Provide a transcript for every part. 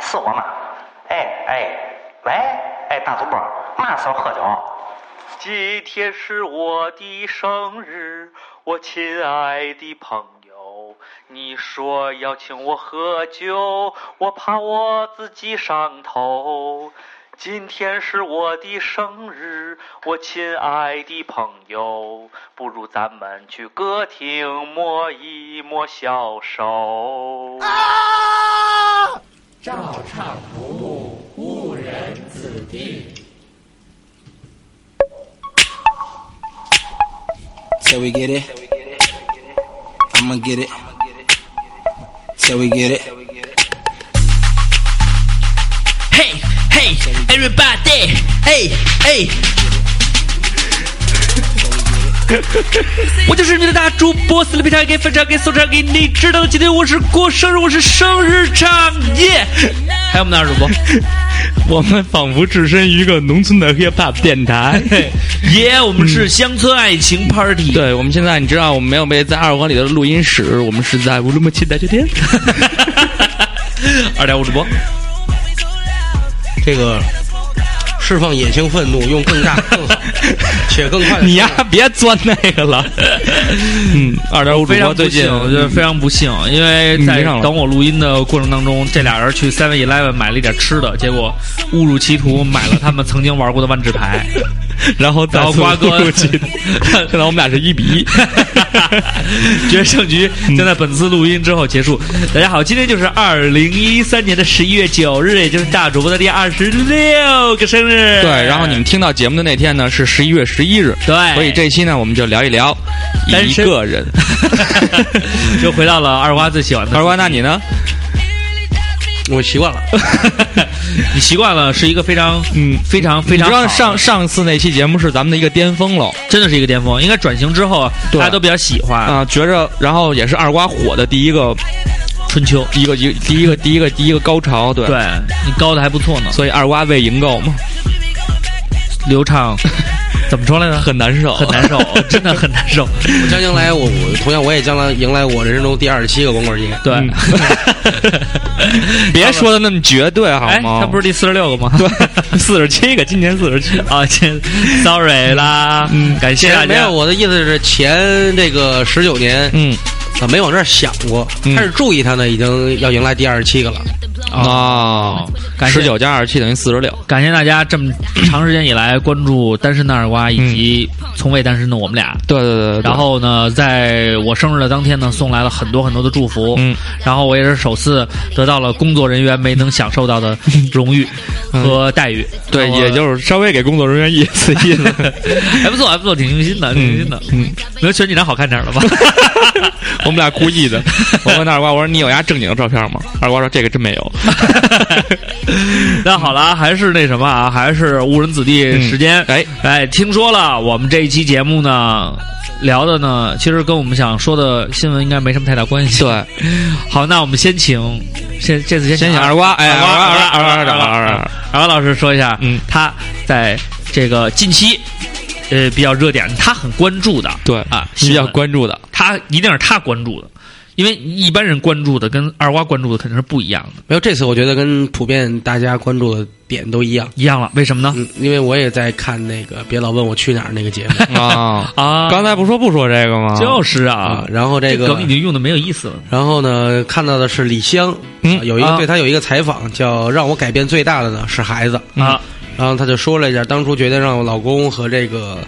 是我妈。哎哎喂，哎大主播，嘛时候喝酒？今天是我的生日，我亲爱的朋友，你说要请我喝酒，我怕我自己上头。今天是我的生日，我亲爱的朋友，不如咱们去歌厅摸一摸小手。啊！照唱不误，误人子弟。 Say we get it. I'ma get it. Say we get it. Hey, hey, everybody, hey, hey。我就是你的大主播，死里边唱给分享给送唱给你知道的。今天我是过生日，我是生日唱耶！还有我们的二主播，我们仿佛置身于一个农村的 hiphop 电 台。耶、我们是乡村爱情 party。对，我们现在你知道，我们没有被在二环里的录音室，我们是在乌鲁木齐大酒店。 二点五主 播，这个释放野性愤怒，用 更大、更好且更快的。你呀，别钻那个 了。嗯，二点五主非常播不最近嗯幸，我觉得非常不幸，因为在迷上了等我录音的过程当中，这俩人去 Seven Eleven 买了一点吃的，结果误入歧途买了他们曾经玩过的万智牌。 然后然再后次瓜哥录起 现在我们俩是一比一。决胜局嗯将在本次录音之后结束。大家好，今天就是二零一三年的十一月九日，也就是大主播的第二十六个生日。 对，然后你们听到节目的那天呢是十一月十一日，对所以这期呢我们就聊一聊单一身个 人。又回到了二瓜最喜欢的二瓜，那你呢？我习惯了，你习惯了是一个非常嗯非常非你常知好道的上上次那期节目是咱们的一个巅峰了真的是一个巅峰，应该转型之后啊对大家都比较喜欢、啊，觉着然后也是二瓜火的第一个春秋。一个一第一个第一个第一个高潮，对对你高的还不错呢，所以二瓜为营购嘛，流畅，怎么说来着？很难受，很难受，真的很 难受。我将迎来我我同样我也将来迎来我人生中第二十七个光棍节。对，嗯 别说的那么绝对好哎，吗？他不是第四十六个吗？对，四十七 个，今年四十七。啊，先 sorry 啦，嗯，感谢大前没家有，。我的意思是前这个十九年，嗯啊，没往这儿想过，嗯开始注意他呢，已经要迎来第二十七个了。啊，哦感谢十九加二十七等于四十六。感谢大家这么长时间以来关注单身的二瓜以及从未单身的我们俩。对对嗯对对。对然后呢，在我生日的当天呢，送来了很多很多的祝福。嗯，然后我也是首次得到了工作人员没能享受到的荣誉 和待遇。嗯对，我也就是稍微给工作人员意思意思。 还不错，还不错，挺用心的，挺用心的。嗯，能选几张好看点儿的吧？ 我们俩故意的。我问二瓜，我说你有牙正经的照片吗？二瓜说这个真没有。 那好了，还是那什么啊，还是误人子弟时间。哎哎，听说了，我们这一期节目呢，聊的呢，其实跟我们想说的新闻应该没什么太大关系。对， 好，那我们先请，先这次先先请想二瓜，瓜，哎，二二瓜瓜，二瓜，二二瓜瓜，二瓜，二瓜。二瓜老师说一下，嗯他在这个近期，呃，比较热点，他很关注的，对啊，你比新较闻关注 的，他一定是他关注的，因为一般人关注的跟二瓜关注的肯定是不一样的，没有，这次我觉得跟普遍大家关注的点都一样。一样了，为什么呢？。嗯，因为我也在看那个《别老问我去哪儿》那个节目啊啊，刚才不说不说这个吗？就是啊啊，，然后这这个梗已，经用的没有意思了。然后呢，看到的是李湘，嗯啊有一个啊对他有一个采访，叫“让我改变最大的呢是孩子”啊。然后他就说了一下，当初决定让我老公和这个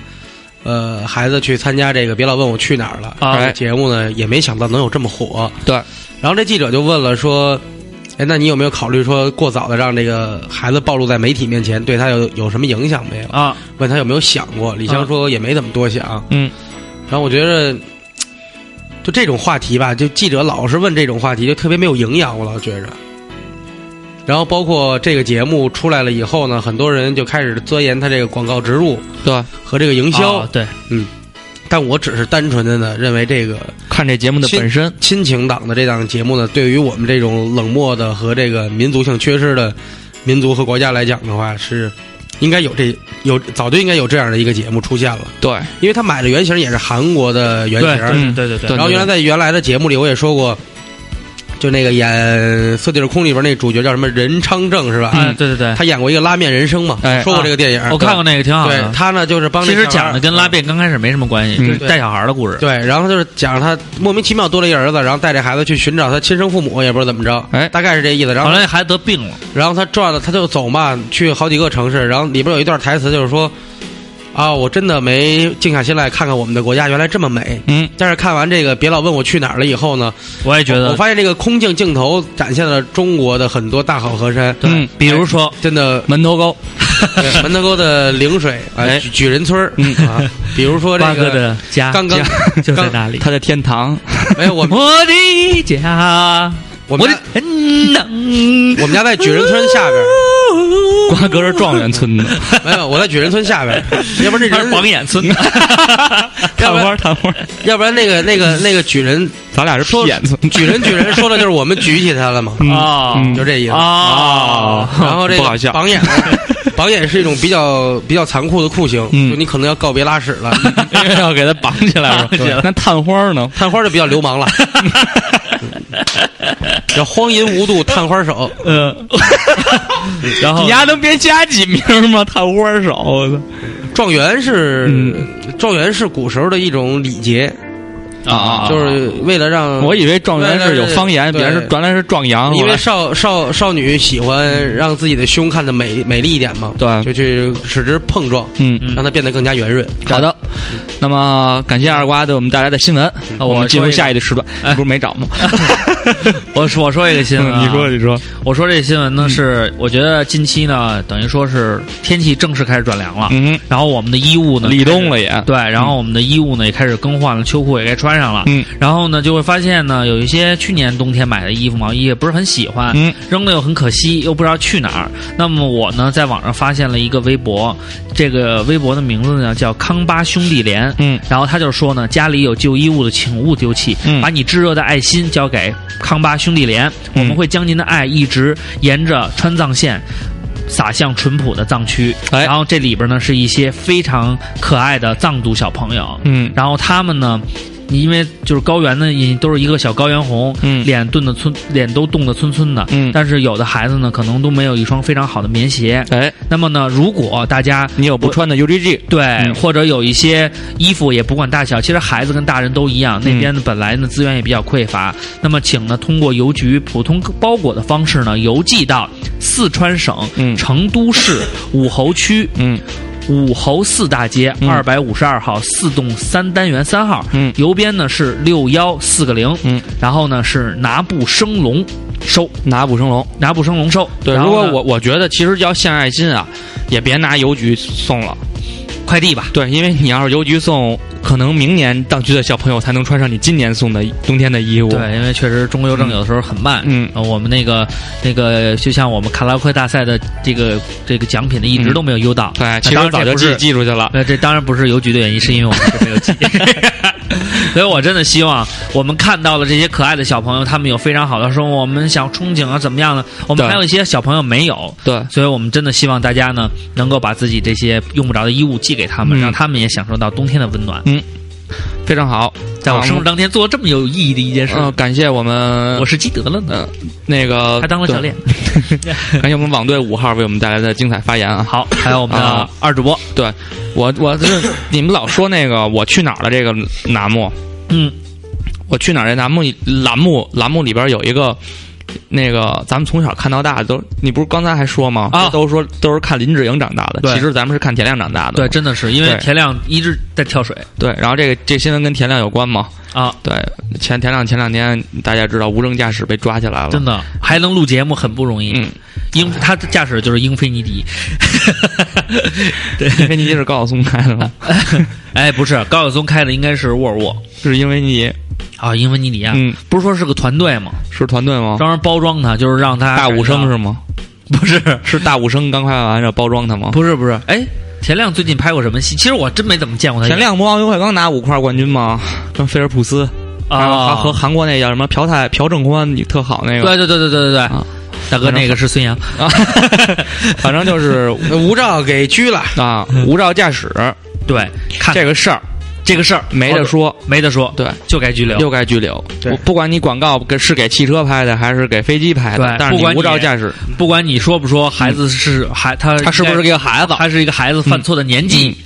呃孩子去参加这个“别老问我去哪儿了”啊这个节目呢，也没想到能有这么火。对，然后这记者就问了说：“哎，那你有没有考虑说过早的让这个孩子暴露在媒体面前，对他有有什么影响没有？”啊，问他有没有想过，李湘说也没怎么多想。嗯，然后我觉得，就这种话题吧，就记者老是问这种话题，就特别没有营养，我老觉着。然后包括这个节目出来了以后呢，很多人就开始钻研他这个广告植入对，和这个营销，啊对，但我只是单纯的呢认为这个看这节目的本身，亲情档的这档节目呢，对于我们这种冷漠的和这个民族性缺失的民族和国家来讲的话，是应该有这有早就应该有这样的一个节目出现了，对，因为他买的原型也是韩国的原嗯对型，对对对对嗯对然后原来在原来的节目里我也说过，就那个演《色即是空》里边那主角叫什么任昌正是吧？啊，对对对，他演过一个《拉面人生》嘛，哎说过这个电影，我看过那个，挺好对的。他呢，就是帮那其实小孩儿讲的跟拉面刚开始没什么关系，嗯就是对带小孩的故事。对，然后就是讲他莫名其妙多了一儿子，然后带这孩子去寻找他亲生父母，也不知道怎么着，哎大概是这意思。然后后来孩子得病了，然后他转了，他就走嘛，去好几个城市。然后里边有一段台词就是说：“啊，我真的没静下心来看看我们的国家原来这么美。嗯”但是看完这个，别老问我去哪儿了以后呢，我也觉我得，发现这个空镜镜头展现了中国的很多大好河山，哎嗯，比如说真的 门 头沟，对门头沟的陵水啊，哎举举人村儿啊，比如说这八嗯哥个的家刚刚 家就在刚那里。他的天堂，没有我们我的家，我我们的家嗯，我们家在举人村下边儿， 瓜哥是状元村的，没有我在举人村下 边儿，要不然这他是人榜眼村的， 探花 探花，要不然那个那个那个举人咱俩是 屁眼村， 举人举人说的就是我们举起他了嘛，啊嗯就这意思。 啊， 然后这哦不好个笑 榜眼呢，榜眼是一种比较比较残酷的酷刑，嗯就你可能要告别拉屎了。因哎为要给他绑起来是吧绑起来 那探花呢？探花就比较流 氓了，叫荒淫无度探花手。嗯，然后你丫能别加几名吗？ 探花手，我操！状元是、嗯状元是古时候的一种礼节，啊就是为了让我以为状元是有方言，对别对人是原来是壮阳，因为少少少女喜欢让自己的胸看得美美丽一点嘛，对就去使之碰撞，嗯嗯让它变得更加圆润。好的，那么感谢二瓜对我们带来的新闻，啊我嗯我们进说入一个下一个时段，你不是没找吗？我我说一个新闻啊， 你说，嗯我说这新闻呢是，我觉得近期呢，等于说是天气正式开始转凉了，嗯，然后我们的衣物呢，立冬开始了也嗯对，然后我们的衣物呢也开始更换了，秋裤也该穿上了，嗯，然后呢就会发现呢，有一些去年冬天买的衣服毛衣也不是很喜欢，嗯，扔了又很可惜，又不知道去哪儿。那么我呢在网上发现了一个微博，这个微博的名字呢叫康巴兄弟连，嗯，然后他就说呢，家里有旧衣物的请勿丢弃，嗯把你炙热的爱心交给康巴兄弟连，我嗯们会将您的爱一直沿着川藏线。撒向淳朴的藏区，哎然后这里边呢是一些非常可爱的藏族小朋友，嗯然后他们呢，你因为就是高原呢，也都是一个小高原红，嗯脸冻的村，脸都冻得皴皴的，嗯但是有的孩子呢，可能都没有一双非常好的棉鞋，哎，那么呢，如果大家你有不穿的 UGG，对，嗯或者有一些衣服也不管大小，其实孩子跟大人都一样。嗯那边呢本来呢资源也比较匮乏，那么请呢通过邮局普通包裹的方式呢邮寄到四川省嗯成 都市武侯区嗯，武侯四大街嗯二百五十二号四栋三单元三号，嗯邮编呢是六幺四个零，嗯，然后呢是拿布升龙收，拿捕生龙。拿布升龙收。对，然如后果呢我我觉得其实要献爱心啊，也别拿邮局送了。快递吧，对，因为你要是邮局送，可能明年当局的小朋友才能穿上你今年送的冬天的衣服。哎对，因为确实中邮政有的时候很慢。嗯呃我们那个那个，就像我们卡拉 OK 大赛的这个这个奖品呢，一直嗯都没有邮到。对，其当实然这早就不寄是寄出去了。呃，这当然不是邮局的原因，是因为我们这没有 寄。 所以，我真的希望我们看到了这些可爱的小朋友，他们有非常好的生活，我们想憧憬啊，怎么样呢？我们对还有一些小朋友没有，对，所以我们真的希望大家呢，能够把自己这些用不着的衣物寄给他们，嗯让他们也享受到冬天的温暖。非常好，在我生日日，当天做了这么有意义的一件事，嗯、感谢我们，我是积德了呢，嗯、那个还当了教练。。 对感谢我们网队五号为我们带来的精彩发言啊！好，还有我们的啊二主播，对我，我就是你们老说那个我去哪儿的这个栏目，嗯，我去哪儿这栏目栏目栏目里边有一个。那个，咱们从小看到大的都，你不是刚才还说吗？啊都说都是看林志颖长大的，对其实咱们是看田亮长大的。对，真的是因为对田亮一直在跳水对，然后这个这新闻跟田亮有关吗？啊，对，前田亮前两天大家知道无证驾驶被抓起来了，真的还能录节目很不容易。嗯，英他的驾驶就是英菲尼迪， 对，因为你是高晓松开的吗？ 哎，不是高晓松开的应该是沃尔沃是因为你啊，英菲尼迪啊，嗯不是说是个团队吗？是团队吗？专门包装它，就是让它大武生是吗？不是？是大武生刚拍完要包装他吗？不是不是，哎，田亮最近拍过什么戏？其实我真没怎么见过他演。田亮不奥运会刚拿五块冠军吗？跟菲尔普斯还有啊，还和韩国那叫什么朴泰朴正欢，你特好那个对对对对对对对啊，大哥那个是孙杨，啊， 反正就是那无照给拘了，嗯啊无照驾驶对，看这个事儿，这个事儿没得，说，没得说，对，就该拘留。就该拘留。对我不管你广告给是给汽车拍的还是给飞机拍的对，但是不管你无照驾驶，嗯不管你说不说，孩子是孩他他是不是个孩子？他是一个孩子犯错的年纪。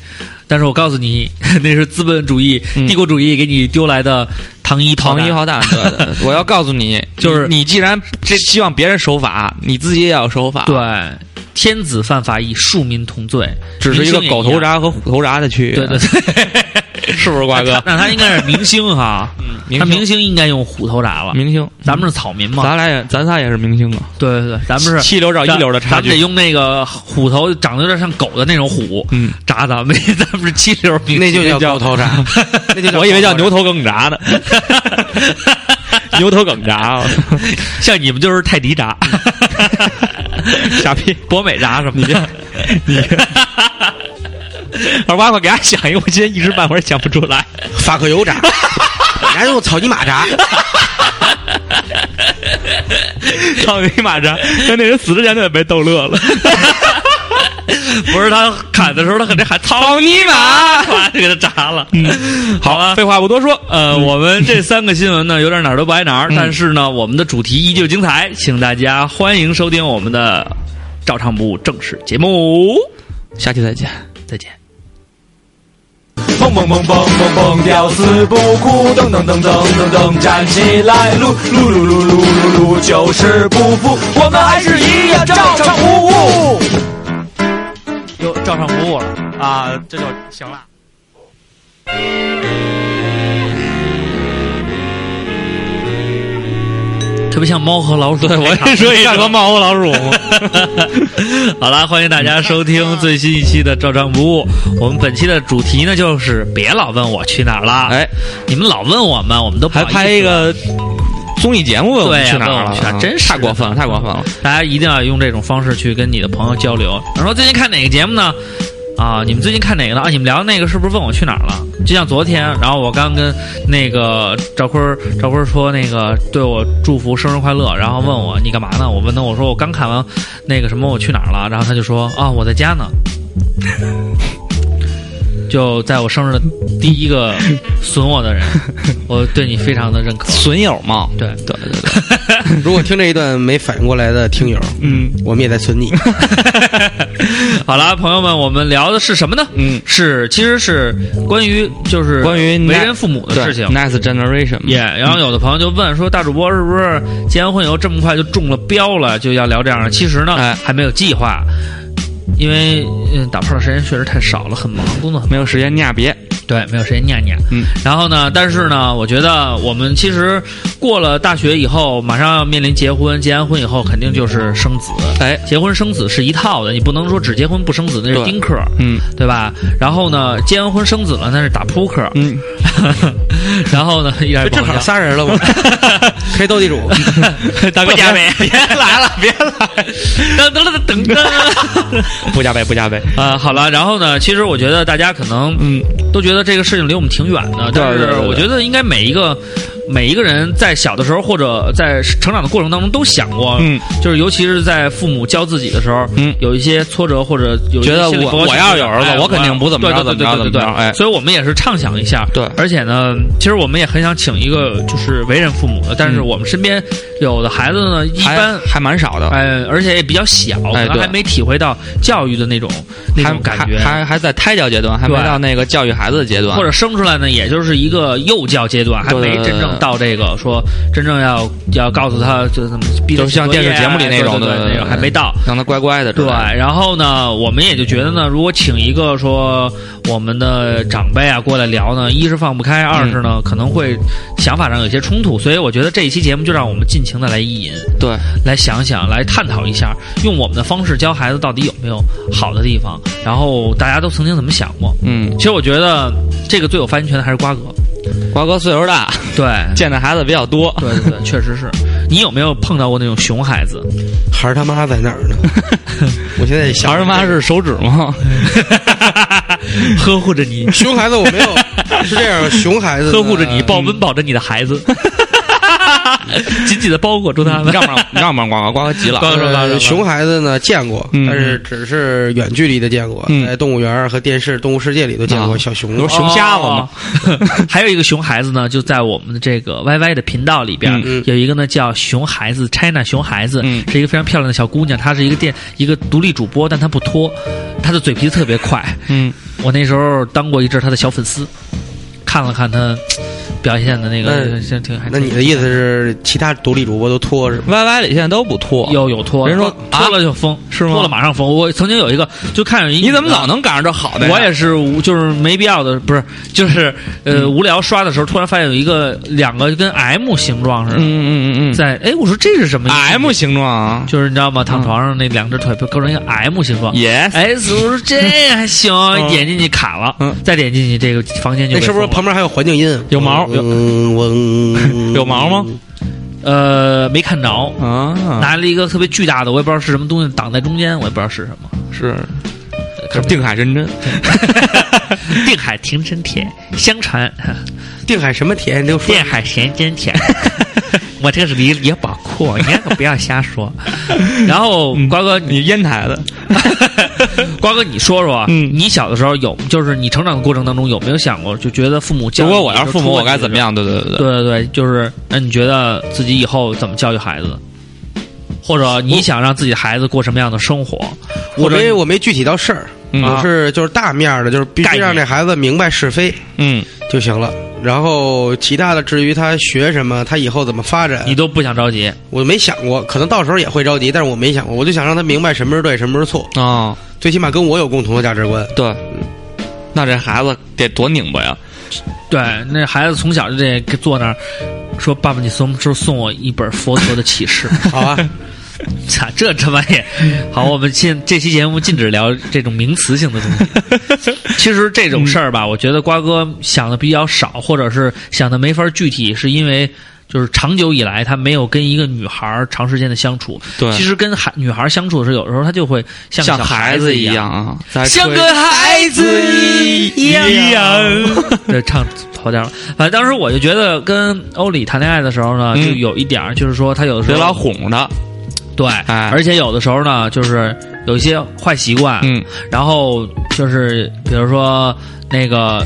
但是我告诉你， 那是资本主义、嗯帝国主义给你丢来的糖衣炮糖弹衣炮弹， 对我要告诉你，就是你你既然这希望别人守法，你自己也要守法。，对，天子犯法以庶民同罪，只是一个明星也狗样头。铡和虎头铡的区别。啊对对，对，是不是瓜 哥？嗯那他应该是明 星哈，明他星明星应该用虎头铡了。明星，咱们是草民嘛？咱俩也咱仨也是明星啊，对对对，咱们是七流找一流的咱差咱们得距。用那个虎头，长得有点像狗的那种虎 嗯，铡咱们，咱们是七流明星那就叫狗头铡，那就 我以为叫牛头头梗铡 呢，牛头梗啊 铡，像你们就是泰 迪铡，傻逼！博美铡什么的。 二瓜快给俺想一个，我今天一时半会儿想不出 来。法克油铡，你还用草泥马铡？操你妈着！那那人死之前就得被逗乐了。不是他砍的时候，他肯定喊草泥马，咵就给 他铡了。嗯好了，啊废话不多说，呃，我们这三个新闻呢，有点哪儿都不挨哪儿，但是呢，我们的主题依旧精彩，请大家欢迎收听我们的照常不误正式节目，下期再见。再见。蹦蹦蹦蹦蹦蹦，屌丝不哭，噔噔噔噔噔噔，站起来，撸撸撸撸撸撸撸，就是不服，我们还是一样照常不误。又照常不误了啊，这就行了。特别像猫和老鼠，对我也说一下个猫和老鼠。 好了，欢迎大家收听嗯最新一期的《照常不误》。我们本期的主题呢，就是别老问我去哪儿了。哎，你们老问我们，我们都不还好意思拍一个综艺节目，问我们对呀去哪儿问我了？啊们去哪儿真是太过分了，太过分了。大家一定要用这种方式去跟你的朋友交流。然后最近看哪个节目呢？啊，你们最近看哪个了？啊，你们聊那个是不是问我去哪儿了？就像昨天，然后我刚跟那个赵坤儿，赵坤儿说那个对我祝福生日快乐，然后问我你干嘛呢？我问他，我说我刚看完那个什么我去哪儿了，然后他就说啊我在家呢，就在我生日的第一个损我的人，我对你非常的 认可。损友嘛，对对对对，如果听这一段没反应过来的听友，嗯，我们也在损你。好了，朋友们，我们聊的是什么呢？嗯，是其实是关于就是关于为那人父母的事情。 Next Generation，也、嘛 yeah, 然后有的朋友就问说，大主播是不是结完婚以后这么快就中了标了，就要聊这样的？其实呢，哎还没有计划，因为嗯打炮的时间确实太少了，很忙，工作很忙没有时间念别，对，没有时间念念。嗯，然后呢，但是呢，我觉得我们其实过了大学以后，马上要面临结婚，结完婚以后肯定就是生子。哎，结婚生子是一套的，你不能说只结婚不生子，那是对丁克。嗯对吧？然后呢，结完婚生子了，那是打扑克。嗯， 然后呢，一点也不正好好笑。仨人了 嘛，黑斗地主， 大哥加倍， 别来了，别来，噔噔噔噔 噔。不加倍不加倍，啊，好了，然后呢，其实我觉得大家可能嗯，都觉得这个事情离我们挺远的，但对是对对我觉得应该每一个每一个人在小的时候或者在成长的过程当中都想过，嗯，就是尤其是在父母教自己的时候，嗯有一些挫折或者有一些觉得心理我不高兴我要有儿子哎我肯定不怎么着对对对怎么着对对对怎么着哎所以我们也是畅想一下，对而且呢，其实我们也很想请一个就是为人父母的，但是嗯我们身边有的孩子呢，一还般还蛮少的，哎，而且也比较小，可啊哎能对还没体会到教育的那种那还种感觉，还还还在胎教阶段，还没对到那个教育孩子的阶段，或者生出来呢，也就是一个幼教阶段，还对对没对真正到这个说真正要要告诉他就是怎么逼他就是像写作业啊电视节目里那种对对的对嗯那种还没到。让他乖乖的，对，，然后呢，我们也就觉得呢，如果请一个说我们的长辈啊过来聊呢，一是放不开，二是嗯呢可能会想法上有些冲突，所以我觉得这一期节目就让我们尽情的来意淫，对，来想想，来探讨一下，用我们的方式教孩子到底有没有好的地方，然后大家都曾经怎么想过。嗯，其实我觉得这个最有发言权的还是瓜哥，瓜哥岁数大，对，见的孩子比较多，对对 对，确实是。你有没有碰到过那种熊孩子？孩儿他妈在哪 儿呢？我现在想孩儿他妈是手指 吗？呵护着你， 熊孩子，我没有是这样，熊孩子呢嗯 呵护着你，抱温饱着你的孩子。紧紧的包裹住他你们。让不让？你让不让瓜瓜？瓜瓜急了。瓜呃说吧熊孩子呢见过，嗯但是只是远距离的见过，嗯在动物园儿和电视《动物世界》里都见过啊小熊。你说熊瞎子吗？哦 还有一个熊孩子呢，就在我们的这个 YY 的频道里边，嗯有一个呢叫熊孩子 China 熊孩子，嗯是一个非常漂亮的小姑娘，她是一个电一个独立主播，但她不脱，她的嘴皮子特别快。嗯，我那时候当过一阵她的小粉丝，看了看她表现的那个，那挺挺还那你的意思是其他独立主播都拖是吗？歪歪里现在都不脱。有有脱，人说啊脱了就疯，是吗脱了马上疯。我曾经有一个，就看有一你怎么女的老能赶上这好的呀？我也是无，就是没必要的，不是，就是呃、无聊刷的时候，突然发现有一个两个跟 M 形状似的，嗯嗯嗯嗯在哎，我说这是什么嗯，M 形状啊就是你知道吗？躺床上那两只腿被构成一个 M 形状。 ，yes， S，我说这还行，点进去卡了，嗯哎再点进去这个房间就那被是不是封了旁边还有环境音？有毛有嗡嗡有毛吗？呃没看着，啊，拿了一个特别巨大的，我也不知道是什么东西挡在中间，我也不知道是什 么。是看不定海神针， 定海亭真甜，相传定海什么甜？就说电海咸煎甜。 我这个是李李宝库，你可不要 瞎说。然后嗯瓜哥，你你烟台 的，瓜哥，你说说啊，嗯你小的时候有，就是你成长的过程当中有没有想过，就觉得父母教育如你果我要是父母，我该怎么？样？对对对就是出了这个对对对，就是那你觉得自己以后怎么教育孩子，或者你想让自己的孩子过什么样的生活？我或者没我没具体到事儿，嗯我是就是大面儿的，就是必概须念让这孩子明白是非嗯，就行了。然后其他的，至于他学什么，他以后怎么发展哎你，都不想着急，我没想过，可能到时候也会着急，但是我没想过，我就想让他明白什么是对，什么是错，啊，最起码跟我有共同的价值观。对，那这孩子得多拧巴呀！对，那孩子从小就得坐那儿说：“爸爸，你什么时候送我一本佛陀的启示？”好 啊，操， 这他妈也好！我们现这期节目禁止聊这种名词性的东西。 其实这种事儿嗯吧，我觉得瓜哥想的比较少，或者是想的没法具体，是因为就是长久以来他没有跟一个女孩儿长时间的相处。对其实跟孩女孩儿相处的时候，有的时候他就会像像小孩子子一样。啊，在像吹个孩子一样， 对，唱跑调了。反正当时我就觉得跟欧里谈恋爱的时候呢，嗯就有一点儿，就是说他有的时别候老哄他，对，哎而且有的时候呢，就是有一些坏习惯，嗯然后就是比如说那个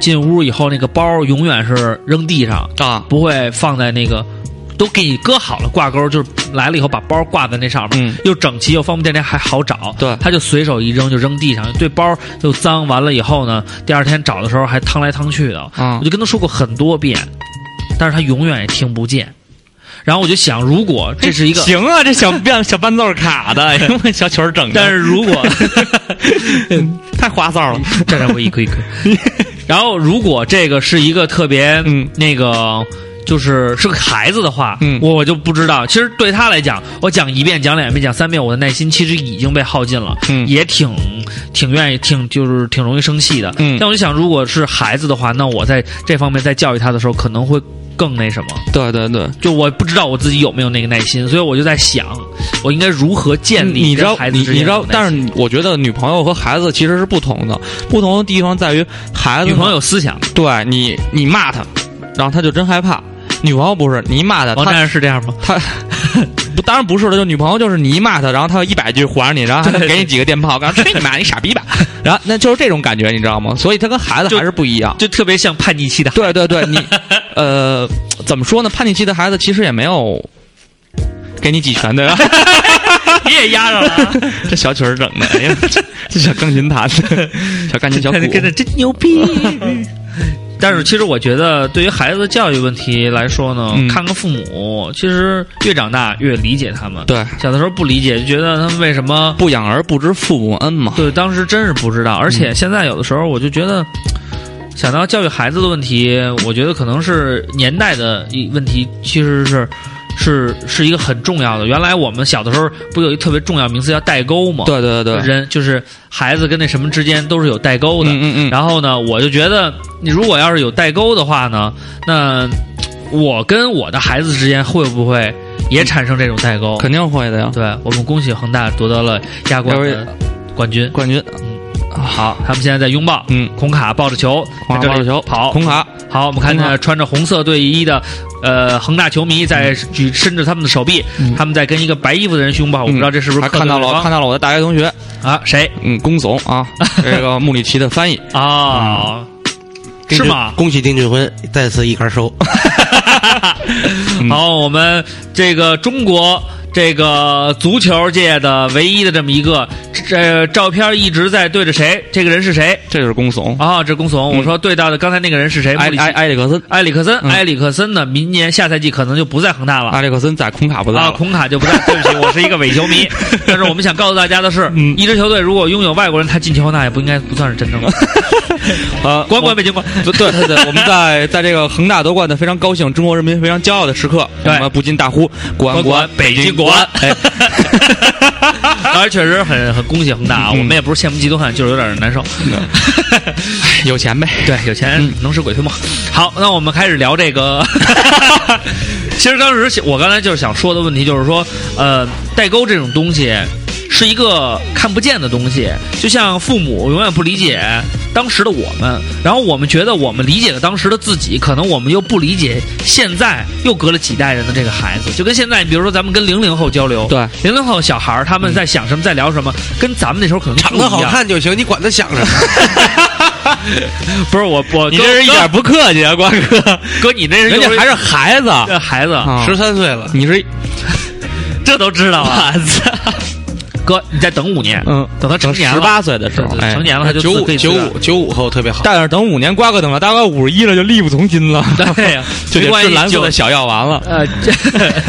进屋以后，那个包永远是扔地上，啊，不会放在那个。都给你搁好了挂钩，就是来了以后把包挂在那上面，嗯又整齐又方便便，还好找。对他就随手一扔就扔地上，对包又脏。完了以后呢，第二天找的时候还趟来趟去的。啊我就跟他说过很多遍，但是他永远也听不见。然后我就想，如果这是一个行啊，这小伴小伴奏卡 的，小曲儿整的，嗯 但是如果太花哨了。站站我一颗一颗， 然后如果这个是一个特别嗯那个。就是是个孩子的话，嗯我就不知道。其实对他来讲，我讲一遍、讲两遍、讲三遍，我的耐心其实已经被耗尽了，嗯也挺挺愿意、挺就是挺容易生气的。嗯但我就想，如果是孩子的话，那我在这方面在教育他的时候，可能会更那什么。对对对，就我不知道我自己有没有那个耐心，所以我就在想，我应该如何建立嗯你知道跟孩，子你之你间知的道，耐但心是我觉得女朋友和孩子其实是不同的，不同的地方在于孩子女呢朋友有思想，对你，你骂他，然后他就真害怕。女朋友不是你一骂他，王他站是这样吗？他 不当然不是了，就女朋友就是你一骂他，然后他有一百句还着你，然后还能给你几个电炮， 然后去你妈，你傻逼吧！然后那就是这种感觉，你知道吗？所以他跟孩子就还是不一样。就特别像叛逆期的孩子。 对对对，你 呃，怎么说呢？叛逆期的孩子其实也没有给你几拳，对 吧？ 你也压上了、 啊，这小曲儿整的，哎 呀，这这小钢琴弹的，小钢琴 小鼓，跟着真牛 逼。但是，其实我觉得，对于孩子的教育问题来说呢，嗯看看父母，其实越长大越理解他们。，对，小的时候不理解，就觉得他们为什么不养儿不知父母恩嘛。对，当时真是不知道。而嗯且现在有的时候，我就觉得，想到教育孩子的问题，我觉得可能是年代的一问题，其实是是是一个很重要的。原来我们小的时候不有一特别重要名词叫代沟吗？对对对对，人就是孩子跟那什么之间都是有代沟的。嗯嗯嗯，然后呢，我就觉得你如果要是有代沟的话呢，那我跟我的孩子之间会不会也产生这种代沟？肯定会的呀。对我们恭喜恒大夺得了亚冠的冠军。冠军，好，他们现在在拥抱，嗯，孔卡抱着球孔卡在这抱里着球跑，孔卡好，我们看见穿着红色队衣的呃恒大球迷在举伸着他们的手臂，他们在跟一个白衣服的人拥抱。我不知道这是不是还嗯克看到对了方看到了我的大学同学，啊？谁嗯，龚总啊，这个穆里奇的翻译，嗯啊？是吗？恭喜丁俊晖再次一杆 收。嗯好，我们这个中国这个足球界的唯一的这么一个，这照片一直在对着谁？这个人是谁？这就是龚总，啊，这龚怂，嗯我哎说对到的刚才那个人是谁？埃穆里奇埃埃里克森，埃里克森，嗯哎埃里克森呢？明年下赛季可能就不在恒大了。埃里克森在孔卡不在啊，了，孔卡就不在，对不起，我是一个伪球 迷。但是我们想告诉大家的是，嗯一支球队如果拥有外国人，他进球那也不应该不算是真正的。 呃，管管北京管， 对对对 对，我们在在这个恒大夺冠的非常高兴，中国人民非常骄傲的时刻，我对们不禁大呼国安国安北京国安。哎， 当然确实很很恭喜恒大啊，嗯我们也不是羡慕嫉妒恨，就是有点难受。 有钱呗，对，有钱嗯人能使鬼推磨。好，那我们开始聊 这个。其实当时想我刚才就是想说的问题，就是说，呃，代沟这种东西是一个看不见的东西，就像父母永远不理解当时的我们，然后我们觉得我们理解了当时的自己，可能我们又不理解现在又隔了几代人的这个孩子，就跟现在，比如说咱们跟零零后交流，对零零后小孩儿他们在想什么，在聊什么，跟咱们那时候可能长不得一好样，看就行，你管他想什么？不是我我你这是一点不客气啊，瓜哥， 哥你那是人家幼儿还是孩子，这孩子，啊十三岁了，你是这都知道啊！ 哥，你再等五年，嗯，等他成年了十八岁的时候对，对哎成年了他就九自五可以自九个儿五九五后特别好。但是等五年，瓜哥等了大概五十一了，就力不从心了， 对呀 就没得关吃系蓝色就的小药丸了。呃，这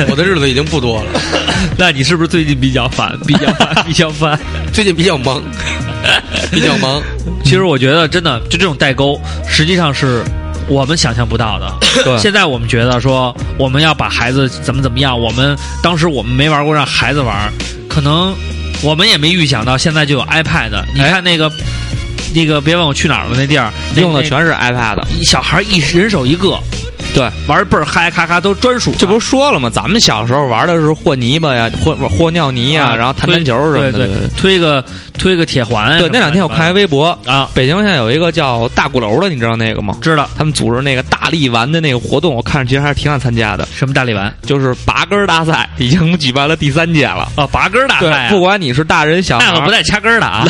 我的日子已经不多了，那你是不是最近比较 烦？比较烦，比较烦。最近比较 忙，比较忙。 其实我觉得，真的就这种代沟，实际上是我们想象不到的。对 现在我们觉得说，我们要把孩子怎么怎么样，我们当时我们没玩过，让孩子玩，可能我们也没预想到，现在就有 iPad。你看那个。那个别问我去哪儿了，那地儿那用的那全是 iPad，一小孩一人手一个，对，玩儿倍儿嗨，咔咔都专属。这不是说了吗？咱们小时候玩的是和泥巴呀，和和尿泥呀，啊然后弹弹球什么的。啊对对，推个推个铁环。对，那两天我看一微博，啊，北京现在有一个叫大鼓楼的，你知道那个吗？知道他们组织那个大力丸的那个活动，我看着其实还是挺想参加的，什么大力丸就是拔根儿大赛，已经举办了第三届了。啊，拔根儿大对赛，啊不，管你是大人小孩那可不儿，带掐根儿的 啊。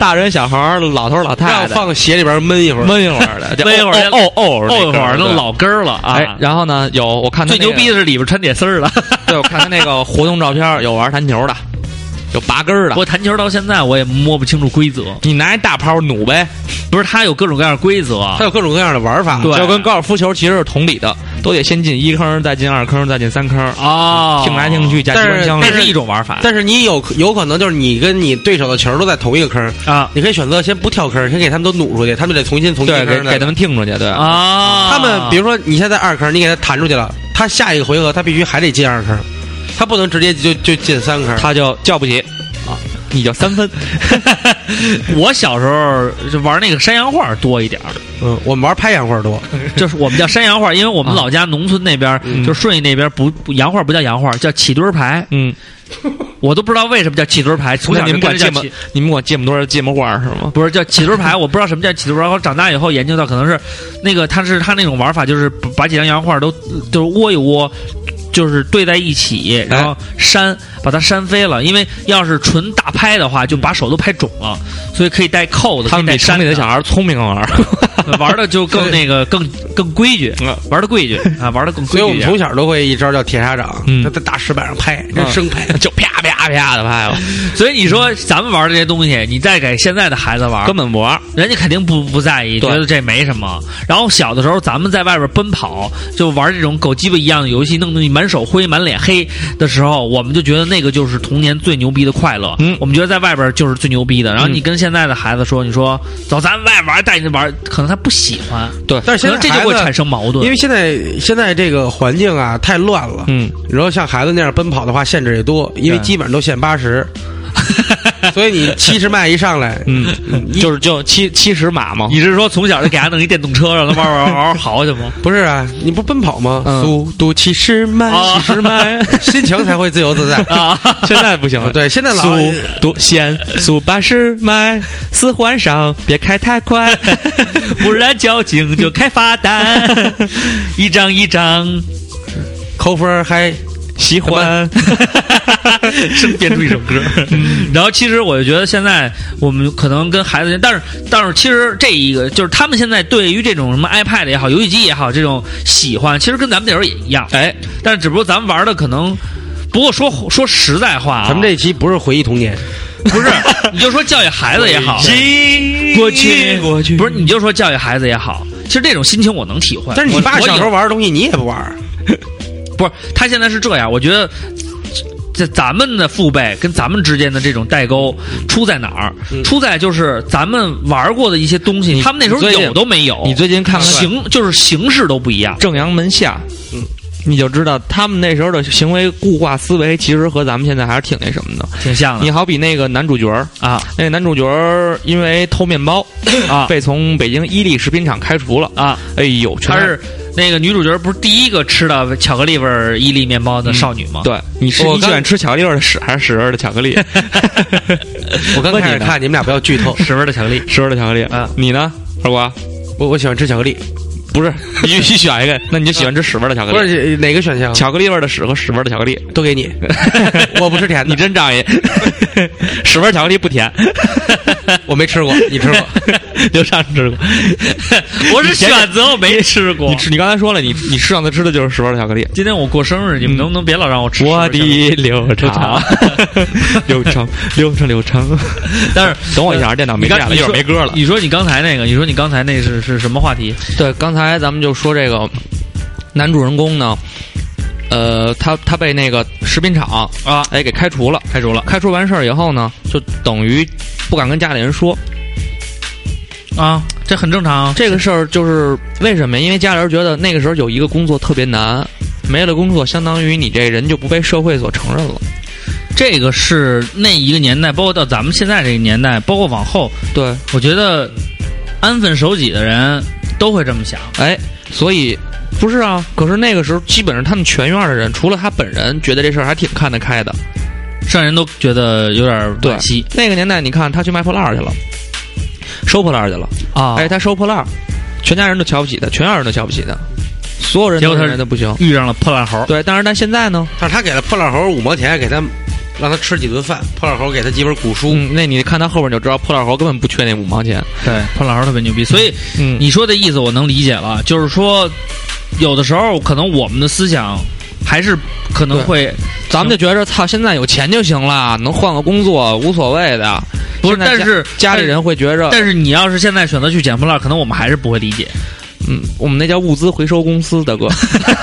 大人小孩儿，老头儿老太让太，放鞋里边闷一会儿，闷一会儿的，闷一会儿哦哦哦，哦，一会儿那都个。老根儿了啊哎，。然后呢，有我看他最那牛个逼的是里啊边穿铁丝儿的。对，我看他那个活动照片儿，有玩弹球的，有拔根儿的我。弹球到现在我也摸不清楚规则，你拿一大炮弩呗，不是它有各种各样的规则。它有各种各样的玩法。对就跟高尔夫球其实是同理的，都得先进一坑，再进二坑，再进三坑，啊哦，听来听去加机但是关枪那了。是一种玩法但是你有有可能就是你跟你对手的球都在同一个坑，啊你可以选择先不跳坑，先给他们都努出去，他们得重新从第一对，给坑给他来。们听出去，对。啊！他们比如说你现在二坑，你给他弹出去了，他下一个回合他必须还得进二坑，他不能直接就就进三坑。他就叫不起啊，你就三 分。我小时候就玩那个山羊画多一点儿，嗯，我们玩拍洋花多，就是我们叫山羊画，因为我们老家农村那边儿，就顺义那边儿不不洋画不叫洋画，叫起墩儿牌。嗯，我都不知道为什么叫起墩儿牌，从那小你就们管跟芥着叫末起，你们管芥末多少芥末花是吗？不是叫起墩儿牌，我不知道什么叫起墩儿牌。我长大以后研究到，可能是那个他是他那种玩法，就是把几张洋画都就是窝一窝。就是对在一起，然后扇，把它扇飞了。因为要是纯大拍的话，就把手都拍肿了，所以可以带扣子。他们可以比带城里扇的小孩聪明玩。 玩的就更那个更更规矩，玩的规矩啊，玩的更所规以我矩们一从。点小都会一招叫铁砂掌，嗯他在大石板上拍，嗯生拍。 就啪啪啪的拍了，所以你说咱们玩这些东西，你再给现在的孩子玩根，本不玩。人家肯定不不在意，觉对得这没什么。然后小的时候咱们在外边奔跑，就玩这种狗鸡巴一样的游戏，弄得你满手灰、满脸黑的时候，我们就觉得那个就是童年最牛逼的快乐。嗯我们觉得在外边就是最牛逼的。然后嗯你跟现在的孩子说，你说走，咱外玩，带你玩，可能他不喜欢，对， 但是可现在能这就会产生矛盾。因为现在现在这个环境啊太乱了，嗯，然后像孩子那样奔跑的话，限制也多，因为对 基本上都限八十。所以你七十迈一上来， 嗯，就是就七七十码嘛，你是说从小就给他弄一电动车，让他慢慢慢慢嚎去吗？不是啊，你不奔跑吗？嗯速度七十迈，啊七十迈， 心情才会自由自在。啊，现在不行 了。对，现在老速度限速八十迈，四环上别开太 快，不然交警就开罚单， 一张一张。扣分儿还啊喜欢。生编出一首歌。嗯然后其实我就觉得现在我们可能跟孩子，但是但是其实这一个就是他们现在对于这种什么 iPad 也好，游戏机也好，这种喜欢，其实跟咱们那时候也一样，哎，但是只不过咱们玩的可能。不过说说实在话啊，咱们这一期不是回忆童年，不是，你就说教育孩子也好，过去过去，不是你就说教育孩子也好，其实这种心情我能体会。但是我你爸我小有时候玩的东西你也不玩儿，不是，他现在是这样，我觉得。这咱们的父辈跟咱们之间的这种代沟出在哪儿？出在就是咱们玩过的一些东西，他们那时候嗯你最近有都没有。你最近看看形就是形式都不一样。正阳门下，嗯，你就知道他们那时候的行为固化思维，其实和咱们现在还是挺那什么的。挺像嗯的你好比那个男主角儿，啊那个男主角儿因为偷面包，啊被从北京伊利食品厂开除了。啊！哎呦，全她是那个女主角，不是第一个吃到巧克力味儿伊利面包的少女吗？嗯 对，你是我你喜刚欢吃巧克力味儿的屎还是屎味儿的巧克力？ 我刚问开你始嗯呢看你们俩不要剧 透，屎味儿的巧克力。屎味儿的巧克力啊你呢，二瓜？我我喜欢吃巧克力，不是， 你必须选一个，那你就喜欢吃屎味儿的巧克不力。是哪个选项巧克力味儿的屎和屎味儿的巧 克力，都给 你，我不吃甜你的，真仗 义。屎味儿巧克力不甜，我没吃 过，你吃过？刘畅吃 过。我是选择我没吃过。你吃，你刚才说了，你你上次吃的就是屎味儿的巧克力。今天我过生日，你们能不能别老让我吃？嗯我的流 畅，流畅，流畅，流畅。 但是 呃等我一下，电脑没你电刚了，一会儿没歌了。你说你刚才那个，你说你刚才那是是什么话题？对，刚才咱们就说这个男主人公呢，呃，他他被那个食品厂啊，哎给开除了，开除了。开除完事儿以后呢，就等于不敢跟家里人说啊，这很正常啊。这个事儿，就是为什么？因为家里人觉得那个时候有一个工作特别难，没了工作，相当于你这人就不被社会所承认了。这个是那一个年代，包括到咱们现在这个年代，包括往后，对，我觉得安分守己的人都会这么想。哎，所以不是啊，可是那个时候基本上他们全院的人，除了他本人，觉得这事儿还挺看得开的。剩下人都觉得有点对惋惜，那个年代，你看他去卖破烂儿去了，收破烂儿去了，啊哎，他收破烂儿，全家人都瞧不起他，全院人都瞧不起他，所有人结都果他认为他不行。遇上了破烂猴，对，但是他现在呢？但是他给了破烂猴五毛钱，给他让他吃几顿饭，破烂猴给他几本古书，嗯，那你看他后边就知道，破烂猴根本不缺那五毛钱。对，破烂猴特别牛逼。所以嗯，你说的意思我能理解了，就是说，有的时候可能我们的思想还是可能对会咱们就觉着操，现在有钱就行了，能换个工作无所谓的。不是，现在但家是家里人会觉着，但是你要是现在选择去捡破烂，可能我们还是不会理解。嗯，我们那叫物资回收公司， 大哥。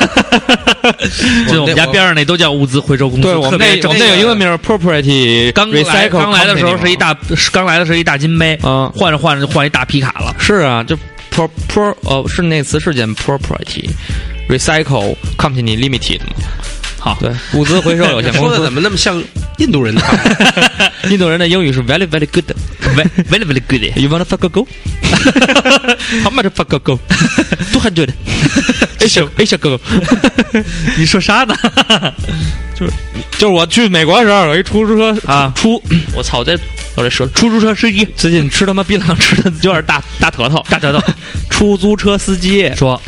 就我我们家边上那都叫物资回收公司，对我们特别那我正们那有英文名儿 property 刚来 recycle 刚来的时候 company 是一大刚来的时候一大金杯，嗯换着换着就换一大皮卡 了。是啊，就 pro pro 呃是那词是念 property recycle company limited 嘛？好，对，物资回收有限说公的司。怎么那么像印度人 呢？印度人的英语是 very very good。 ，very very very good。 You wanna fuck a go? How much fuck a go? Two hundred. 哎小哎小 哥哥，你说啥呢？ 就是我去美国的时候，有一出租车啊出， 我操，我这我这舌，出租车司机最近吃他妈槟榔吃的有点大大舌头，大舌头。 出租车司机说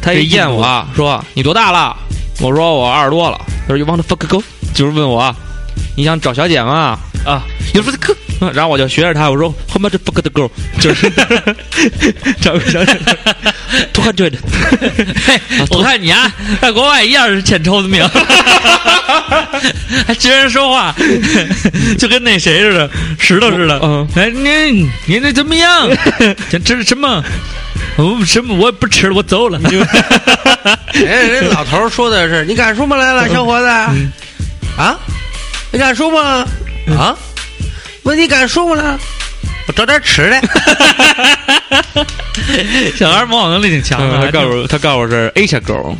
他一见我 啊说你多大了？我说我二十多了。他说 You want to fuck a go？就是问我你想找小姐吗？啊，你说可，然后我就学着他，我说 How much fuck the girl？就是 找个小姐，two hundred。 嘿我看你啊， 在国外一样是欠抽的命， 还学人说话， 就跟那谁似的，石头似的。嗯哎，您您这怎么 样？这这是什么？我什么？我也不吃了，我走了。人哎家人家老头儿说的是：“你赶叔吗来了，小伙子？啊，你赶叔吗？啊，问你赶叔吗来了？我找点吃的。 小孩模仿能力挺强的，他还 嗯告诉我他告诉我是 Asia girl。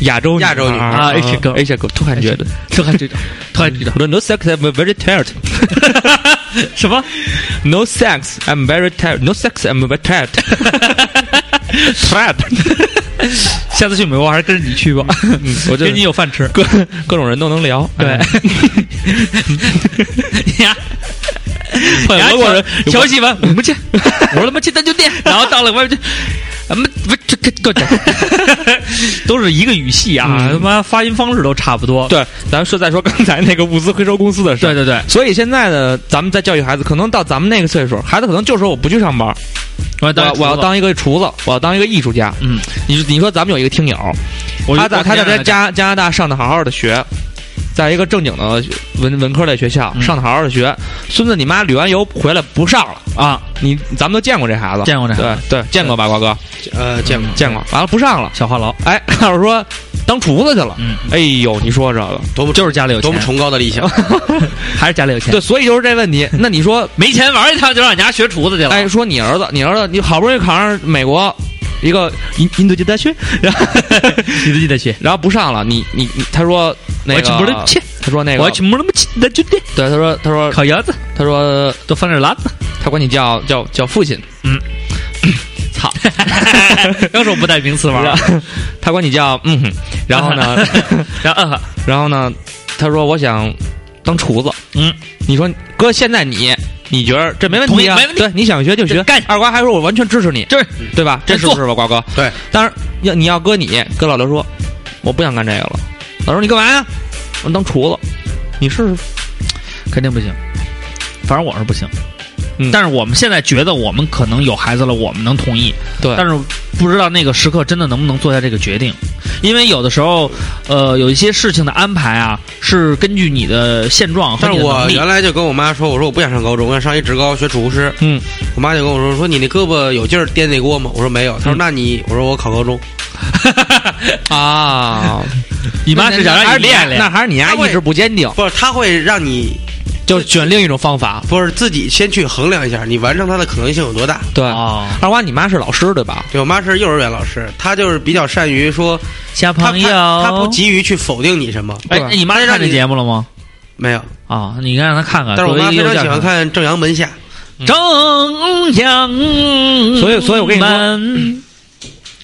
亚洲亚洲女孩啊啊，H ，Asian 哥 girl ，H 哥，突然觉得，这还这这还这 No sex, I'm very tired. 什么？ No sex, I'm very tired. No sex, I'm very tired. Tired，下次去美国我还是跟着你去吧，我这跟你有饭吃。各各种人都能聊。对哎，呀，换呀俄国人调调戏完，我们去，我说他妈去咱酒店，然后到了外面去，咱们不这这这这，都是一个语系啊，他妈发音方式都差不多。对，咱们说再说刚才那个物资回收公司的事。对对对，所以现在呢，咱们在教育孩子，可能到咱们那个岁数，孩子可能就说我不去上班，我我要当要我要当一个厨子，我要当一个艺术家。嗯，你你说咱们有一个听友，我他在他在在加加加拿大上的好好的学，在一个正经的文文科类学校嗯上的好好的学，孙子你妈旅完游回来不上了，啊，你咱们都见过这孩子，见过这孩子，对对，见过吧，瓜哥，呃，见过见过，完了不上了，小话痨，哎， 告诉说当厨子去了，嗯，哎呦，你说这个，多么就是家里 有多么钱，崇高的理想，还是家里有钱，对，所以就是这问 题，那你说，没钱玩一趟就让人家学厨子去了。哎，说你儿子，你儿子，你好不容易考上美国一个印印度籍大学，然 后你自己得去，然后不上了，你你你，他说那我去个，不能去，他说那我个要，去摸他妈去咱酒店对，他说他说烤鸭子，他说多放点辣子。他管你叫叫叫父亲，嗯操， 要是我不带名词玩了。 啊他管你叫嗯哼，然后 呢， 然后嗯然后呢，他说我想当厨子，嗯，你说哥，现在你你觉得这没问题啊？同意没问题对，你想学就学就。干二瓜还说我完全支持你，就是对吧？这真是做不是吧，瓜哥？对，当然要你要搁你跟老刘说，我不想干这个了。老刘你干嘛呀？我当厨子，你试试。肯定不行，反正我是不行。嗯但是我们现在觉得我们可能有孩子了，我们能同意，对但是不知道那个时刻真的能不能做下这个决定，因为有的时候，呃，有一些事情的安排啊，是根据你的现状和但你是的能我力原。来就跟我妈说，我说我不想上高中，我想上一职高学厨师。嗯，我妈就跟我说，说你那胳膊有劲儿颠那锅吗？我说没有。她说那你，我说我考高中。 啊，你妈是想让还你是你啊练练，那还是你丫他会意志不坚定，不是，她会让你就选另一种方法。不是自己先去衡量一下，你完成它的可能性有多大。对，哦二瓜，你妈是老师对吧？对我妈是幼儿园老师，她就是比较善于说，小她朋友，她她不急于去否定你什么，哎，对那你妈看这节目了吗？没有。啊，你应该让她看看。但是我妈非作为常一个幼教喜欢看看《正阳门下》，正阳门，所以所以我跟你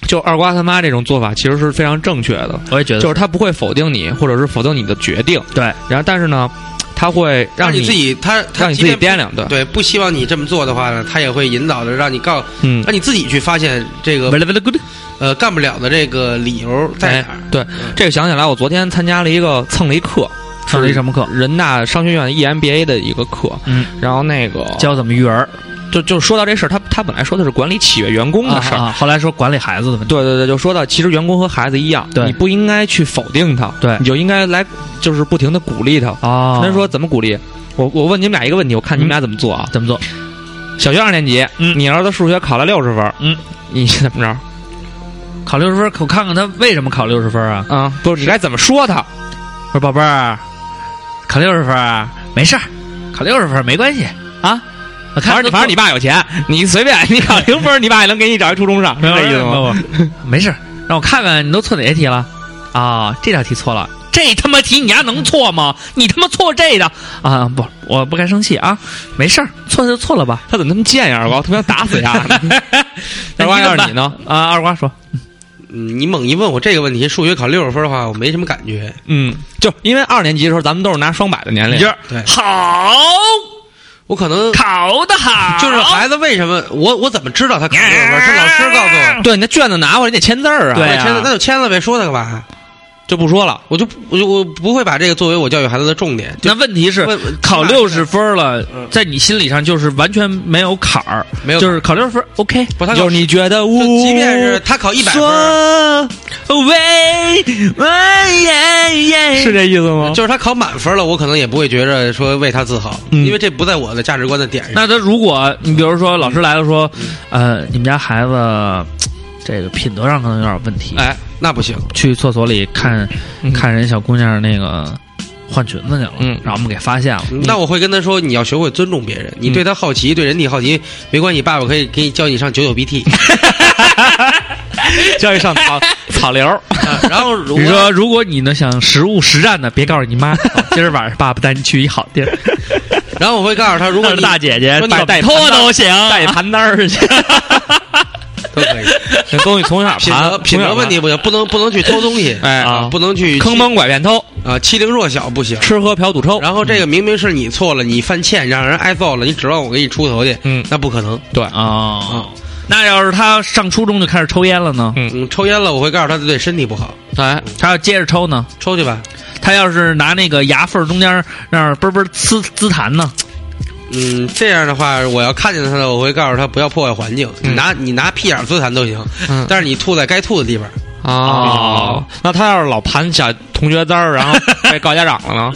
就二瓜他妈这种做法其实是非常正确的，我也觉得就是他不会否定你，或者是否定你的决定。对，然后但是呢，他会让让你自己，她她让你即自己便不掂量，对，对，不希望你这么做的话呢，她也会引导着让你告，嗯，让你自己去发现这个为了为了 good，呃干不了的这个理由在哎哪儿。，嗯对，这个想起来，我昨天参加了一个蹭了一课，上了一什么课？人大商学院 EMBA 的 E 一个课，嗯，然后那个教怎么育儿就就说到这事儿，他他本来说的是管理企业员工的事儿。啊啊啊后来说管理孩子的问题，对对对，就说到其实员工和孩子一样，对你不应该去否定他，对你就应该来就是不停的鼓励他，啊他说怎么鼓励？我我问你们俩一个问题，我看你嗯们俩怎么做啊？怎么做？小学二年级，嗯你儿子数学考了六十分，嗯，你怎么着？考六十分，我看看他为什么考六十分啊？啊，不是，你该怎么说他？我说宝贝儿，考六十分啊，没事儿，考六十分没关系啊。我看反正反正你爸有钱，你随便，你考零分，你爸也能给你找一初中上，是没有这意思吗？没有 没事儿，让我看看你都错哪些题了啊？这道题错了。这他妈题你丫能错吗？你他妈错这道啊！不，我不该生气啊，没事儿，错就错了吧。他怎么那么贱呀？二瓜，我特别想打 死他。那二瓜，要是你怎么呢？办啊？二瓜说，嗯，你猛一问我这个问题，数学考六十分的话，我没什么感觉。嗯， 就因为二年级的时候，咱们都是拿双百的年龄，对，好，我可能考得好，就是孩子为什么我我怎么知道他考六十分？是老师告诉我。对，你那卷子拿过来，你得签字儿啊。对那啊签了那就签了呗，说他干嘛？就不说了。我就我就我不会把这个作为我教育孩子的重点。就那问题是问问考起码六十分了嗯，在你心理上就是完全没有坎儿，没有就是考六十分 OK。不，他考就是你觉得就无，即便是他考一百分儿，说喂喂耶耶，是这意思吗？就是他考满分了，我可能也不会觉着说为他自豪，嗯因为这不在我的价值观的点上。那他如果你比如说老师来了说，嗯呃，你们家孩子嘖这个品德上可能有点问题，哎，那不行，去厕所里看嗯看人小姑娘那个换裙子去了，嗯让我们给发 现了。那我会跟他说，你要学会尊啊重别人，你对他好奇，对人体好奇没关系，爸爸可以给你教你上九九 BT，教育上草 草流，然后如你果说，如果你呢想实物实战的，别告诉 你妈，哦今儿晚上爸爸带你去一好地儿，然后我会告诉他，如那果是你大姐姐说，你怎摆么摆盘脱单都行，带盘单儿 去，都可以，这东西从小品盘德，品从德小问题不行，不能不能去偷东西，哎啊，不能去盘， 坑蒙拐骗偷，啊，欺凌弱小不行。吃喝嫖赌 抽，嗯然后这个明明是你错了，你犯欠，让人挨揍了，你指望我给你出头去，嗯那不可能。对啊，哦，那要是他上初中就开始抽烟了呢？嗯，抽烟了，我会告诉他对身体不好，哎，他要接着抽呢？抽去吧。他要是拿那个牙缝中间那儿嘣嘣呲呲痰呢？嗯，这样的话，我要看见他了，我会告诉他不要破坏环境，你拿你拿屁眼儿自残都行，嗯但是你吐在该吐的地方，哦，那他要是老盘小同学单儿，然 后被告家长了呢？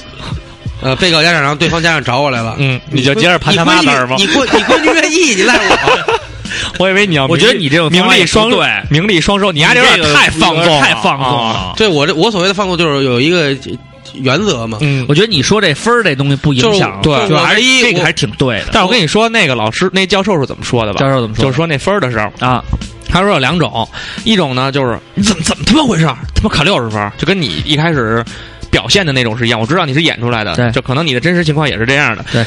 呃，被告家长让对方家长找我来了，嗯，你就接着盘你他闺妈女单儿吗？你闺你闺女愿意，你赖 我。我以为你要我名利，觉得你这种名方法也利不双对名利双收，你丫这有你点这个太放纵了，太放纵啊。了。对我这我所谓的放纵就是有一个原则嘛，嗯，我觉得你说这分儿这东西不影响，就是对就我还唯一是这个我还是挺对的。但是我跟你说，那个老师，那教授是怎么说的吧？教授怎么说的就是说那分儿的时候，啊，他说有两种，一种呢就是你怎么怎么他妈回事儿，他妈考六十分儿，就跟你一开始表现的那种是一样。我知道你是演出来的，对就可能你的真实情况也是这样的。对，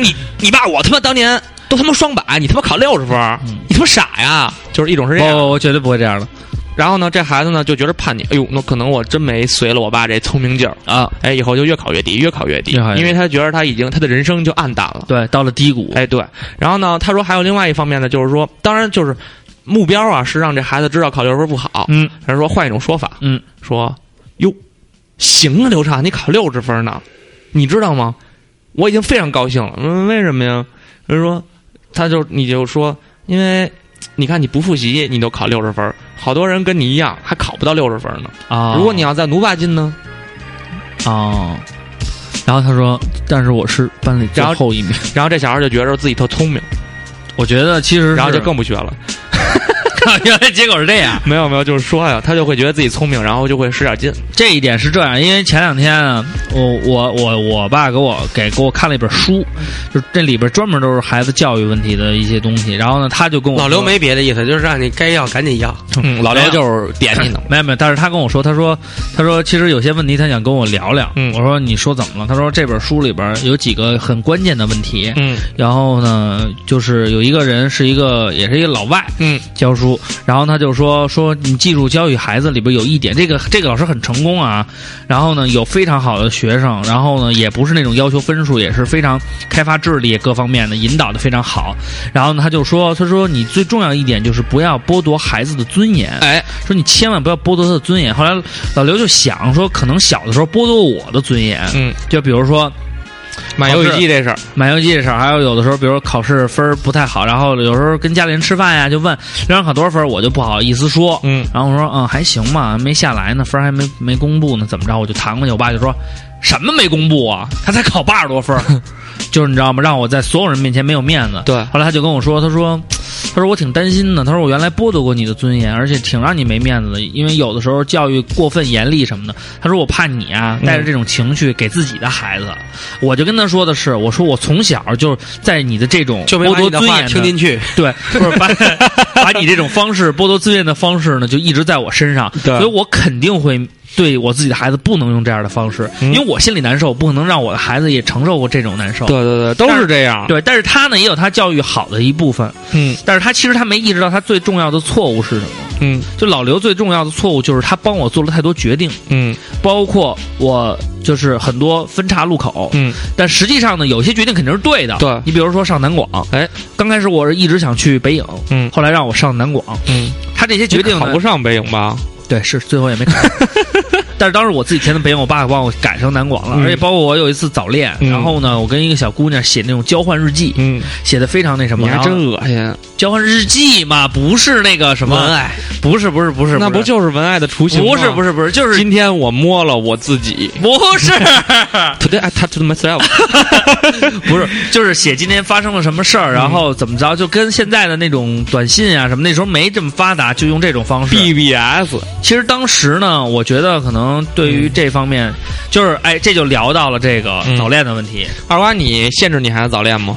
你你爸我他妈当年都他妈双百，你他妈考六十分儿，嗯你他妈傻呀！就是一种是这样。我我绝对不会这样的然后呢，这孩子呢就觉得叛逆，哎呦，那可能我真没随了我爸这聪明劲儿，啊。哎，以后就越考越低，越考越低，越考越低因为他觉得他已经他的人生就暗淡了。对，到了低谷，哎，对。然后呢，他说还有另外一方面呢，就是说，当然就是目标啊是让这孩子知道考六十分不好。嗯他说换一种说法，嗯，说哟，行啊，刘畅，你考六十分呢，你知道吗？我已经非常高兴了。嗯，为什么呀？他说，他就你就说，因为你看你不复习，你都考六十分，好多人跟你一样还考不到六十分呢。啊，如果你要再努把劲呢？啊，然后他说，但是我是班里最然后后一名，然后这小孩就觉得自己特聪明，我觉得其实是然后就更不学了。 原来结果是这样。没有没有，就是说呀，他就会觉得自己聪明，然后就会使点劲。这一点是这样，因为前两天啊，我我我我爸给我给给我看了一本书，就是这里边专门都是孩子教育问题的一些东西。然后呢，他就跟我老说刘没别的意思，就是让你该要赶紧要。嗯，老没刘有就是点你呢。 没有没有，但是他跟我说，他说他说其实有些问题他想跟我聊聊。嗯我说你说怎么了？他说这本书里边有几个很关键的问题。嗯然后呢，就是有一个人是一个也是一个老外嗯教书，然后他就说说你记住教育孩子里边有一点，这个这个老师很成功啊，然后呢有非常好的学生，然后呢也不是那种要求分数，也是非常开发智力各方面的引导的非常好，然后呢他就说他说你最重要一点就是不要剥夺孩子的尊严，哎，说你千万不要剥夺他的尊严。后来老刘就想说，可能小的时候剥夺我的尊严，嗯，就比如说买游戏机这事儿，买游戏这事儿，还有有的时候，比如说考试分儿不太好，然后有时候跟家里人吃饭呀，就问刘洋考多少分儿，我就不好意思说，嗯然后我说嗯还行吧，没下来呢，分儿还没没公布呢，怎么着我就弹过去，我爸就说什么没公布啊，他才考八十多 分儿，就是你知道吗？让我在所有人面前没有面子。对后来他就跟我说，他说。他说我挺担心的，他说我原来剥夺过你的尊严，而且挺让你没面子的，因为有的时候教育过分严厉什么的。他说我怕你啊嗯带着这种情绪给自己的孩子，我就跟他说的是，我说我从小就在你的这种就没剥把夺你的尊话严听进去， 对，不是把把你这种方式剥夺尊严的方式呢，就一直在我身上， 对所以我肯定会对我自己的孩子不能用这样的方式，嗯因为我心里难受，不可能让我的孩子也承受过这种难受。对对对，都是这样。对，但是他呢也有他教育好的一部分，嗯但是他其实他没意识到他最重要的错误是什么。嗯就老刘最重要的错误就是他帮我做了太多决定，嗯包括我就是很多分岔路口，嗯，但实际上呢，有些决定肯定是对的。对你比如说上南广，哎，刚开始我是一直想去北影，嗯后来让我上南广，嗯，他这些决定考呢不，上北影吧？对，是最后也 没考。但是当时我自己填的北影，我爸帮我改成南广了，嗯而且包括我有一次早恋，嗯然后呢，我跟一个小姑娘写那种交换日记，嗯，写的非常那什么，你还然后真恶心。交换日记嘛，不是那个什么哎文爱，不是不是不是，那不就是文爱的雏形吗？不是不是不是，就是今天我摸了我自己。不是 Today I touched myself。不是，就是写今天发生了什么事儿，然后怎么着，就跟现在的那种短信啊什么，那时候没这么发达，就用这种方式。 BBS。其实当时呢，我觉得可能对于这方面，就是哎，这就聊到了这个嗯早恋的问题，二瓜，你限制你孩子早恋吗？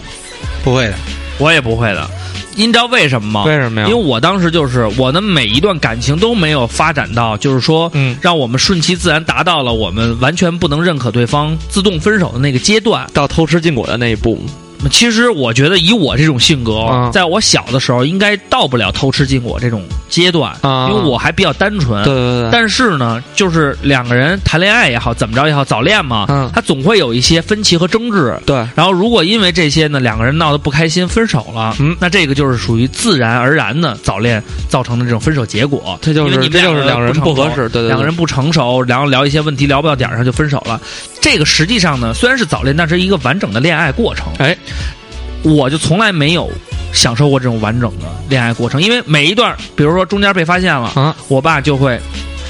不会的，我也不会的。你知道为什么吗？为什么呀因为我当时就是我的每一段感情都没有发展到，就是说，嗯让我们顺其自然达到了我们完全不能认可对方自动分手的那个阶段。到偷吃禁果的那一步，其实我觉得以我这种性格，啊在我小的时候应该到不了偷吃禁果这种阶段，啊因为我还比较单纯。对对对对，但是呢，就是两个人谈恋爱也好，怎么着也好，早恋嘛，嗯他总会有一些分歧和争执。对，然后，如果因为这些呢，两个人闹得不开心，分手了，嗯那这个就是属于自然而然的早恋造成的这种分手结果。这就因为是你们这就是两两个人人不不合成熟适，对对对，两个人不成熟，然后聊一些问题聊不到点儿上就分手了。这个实际上呢，虽然是早恋，但是一个完整的恋爱过程。哎，我就从来没有享受过这种完整的恋爱过程，因为每一段，比如说中间被发现了，啊，我爸就会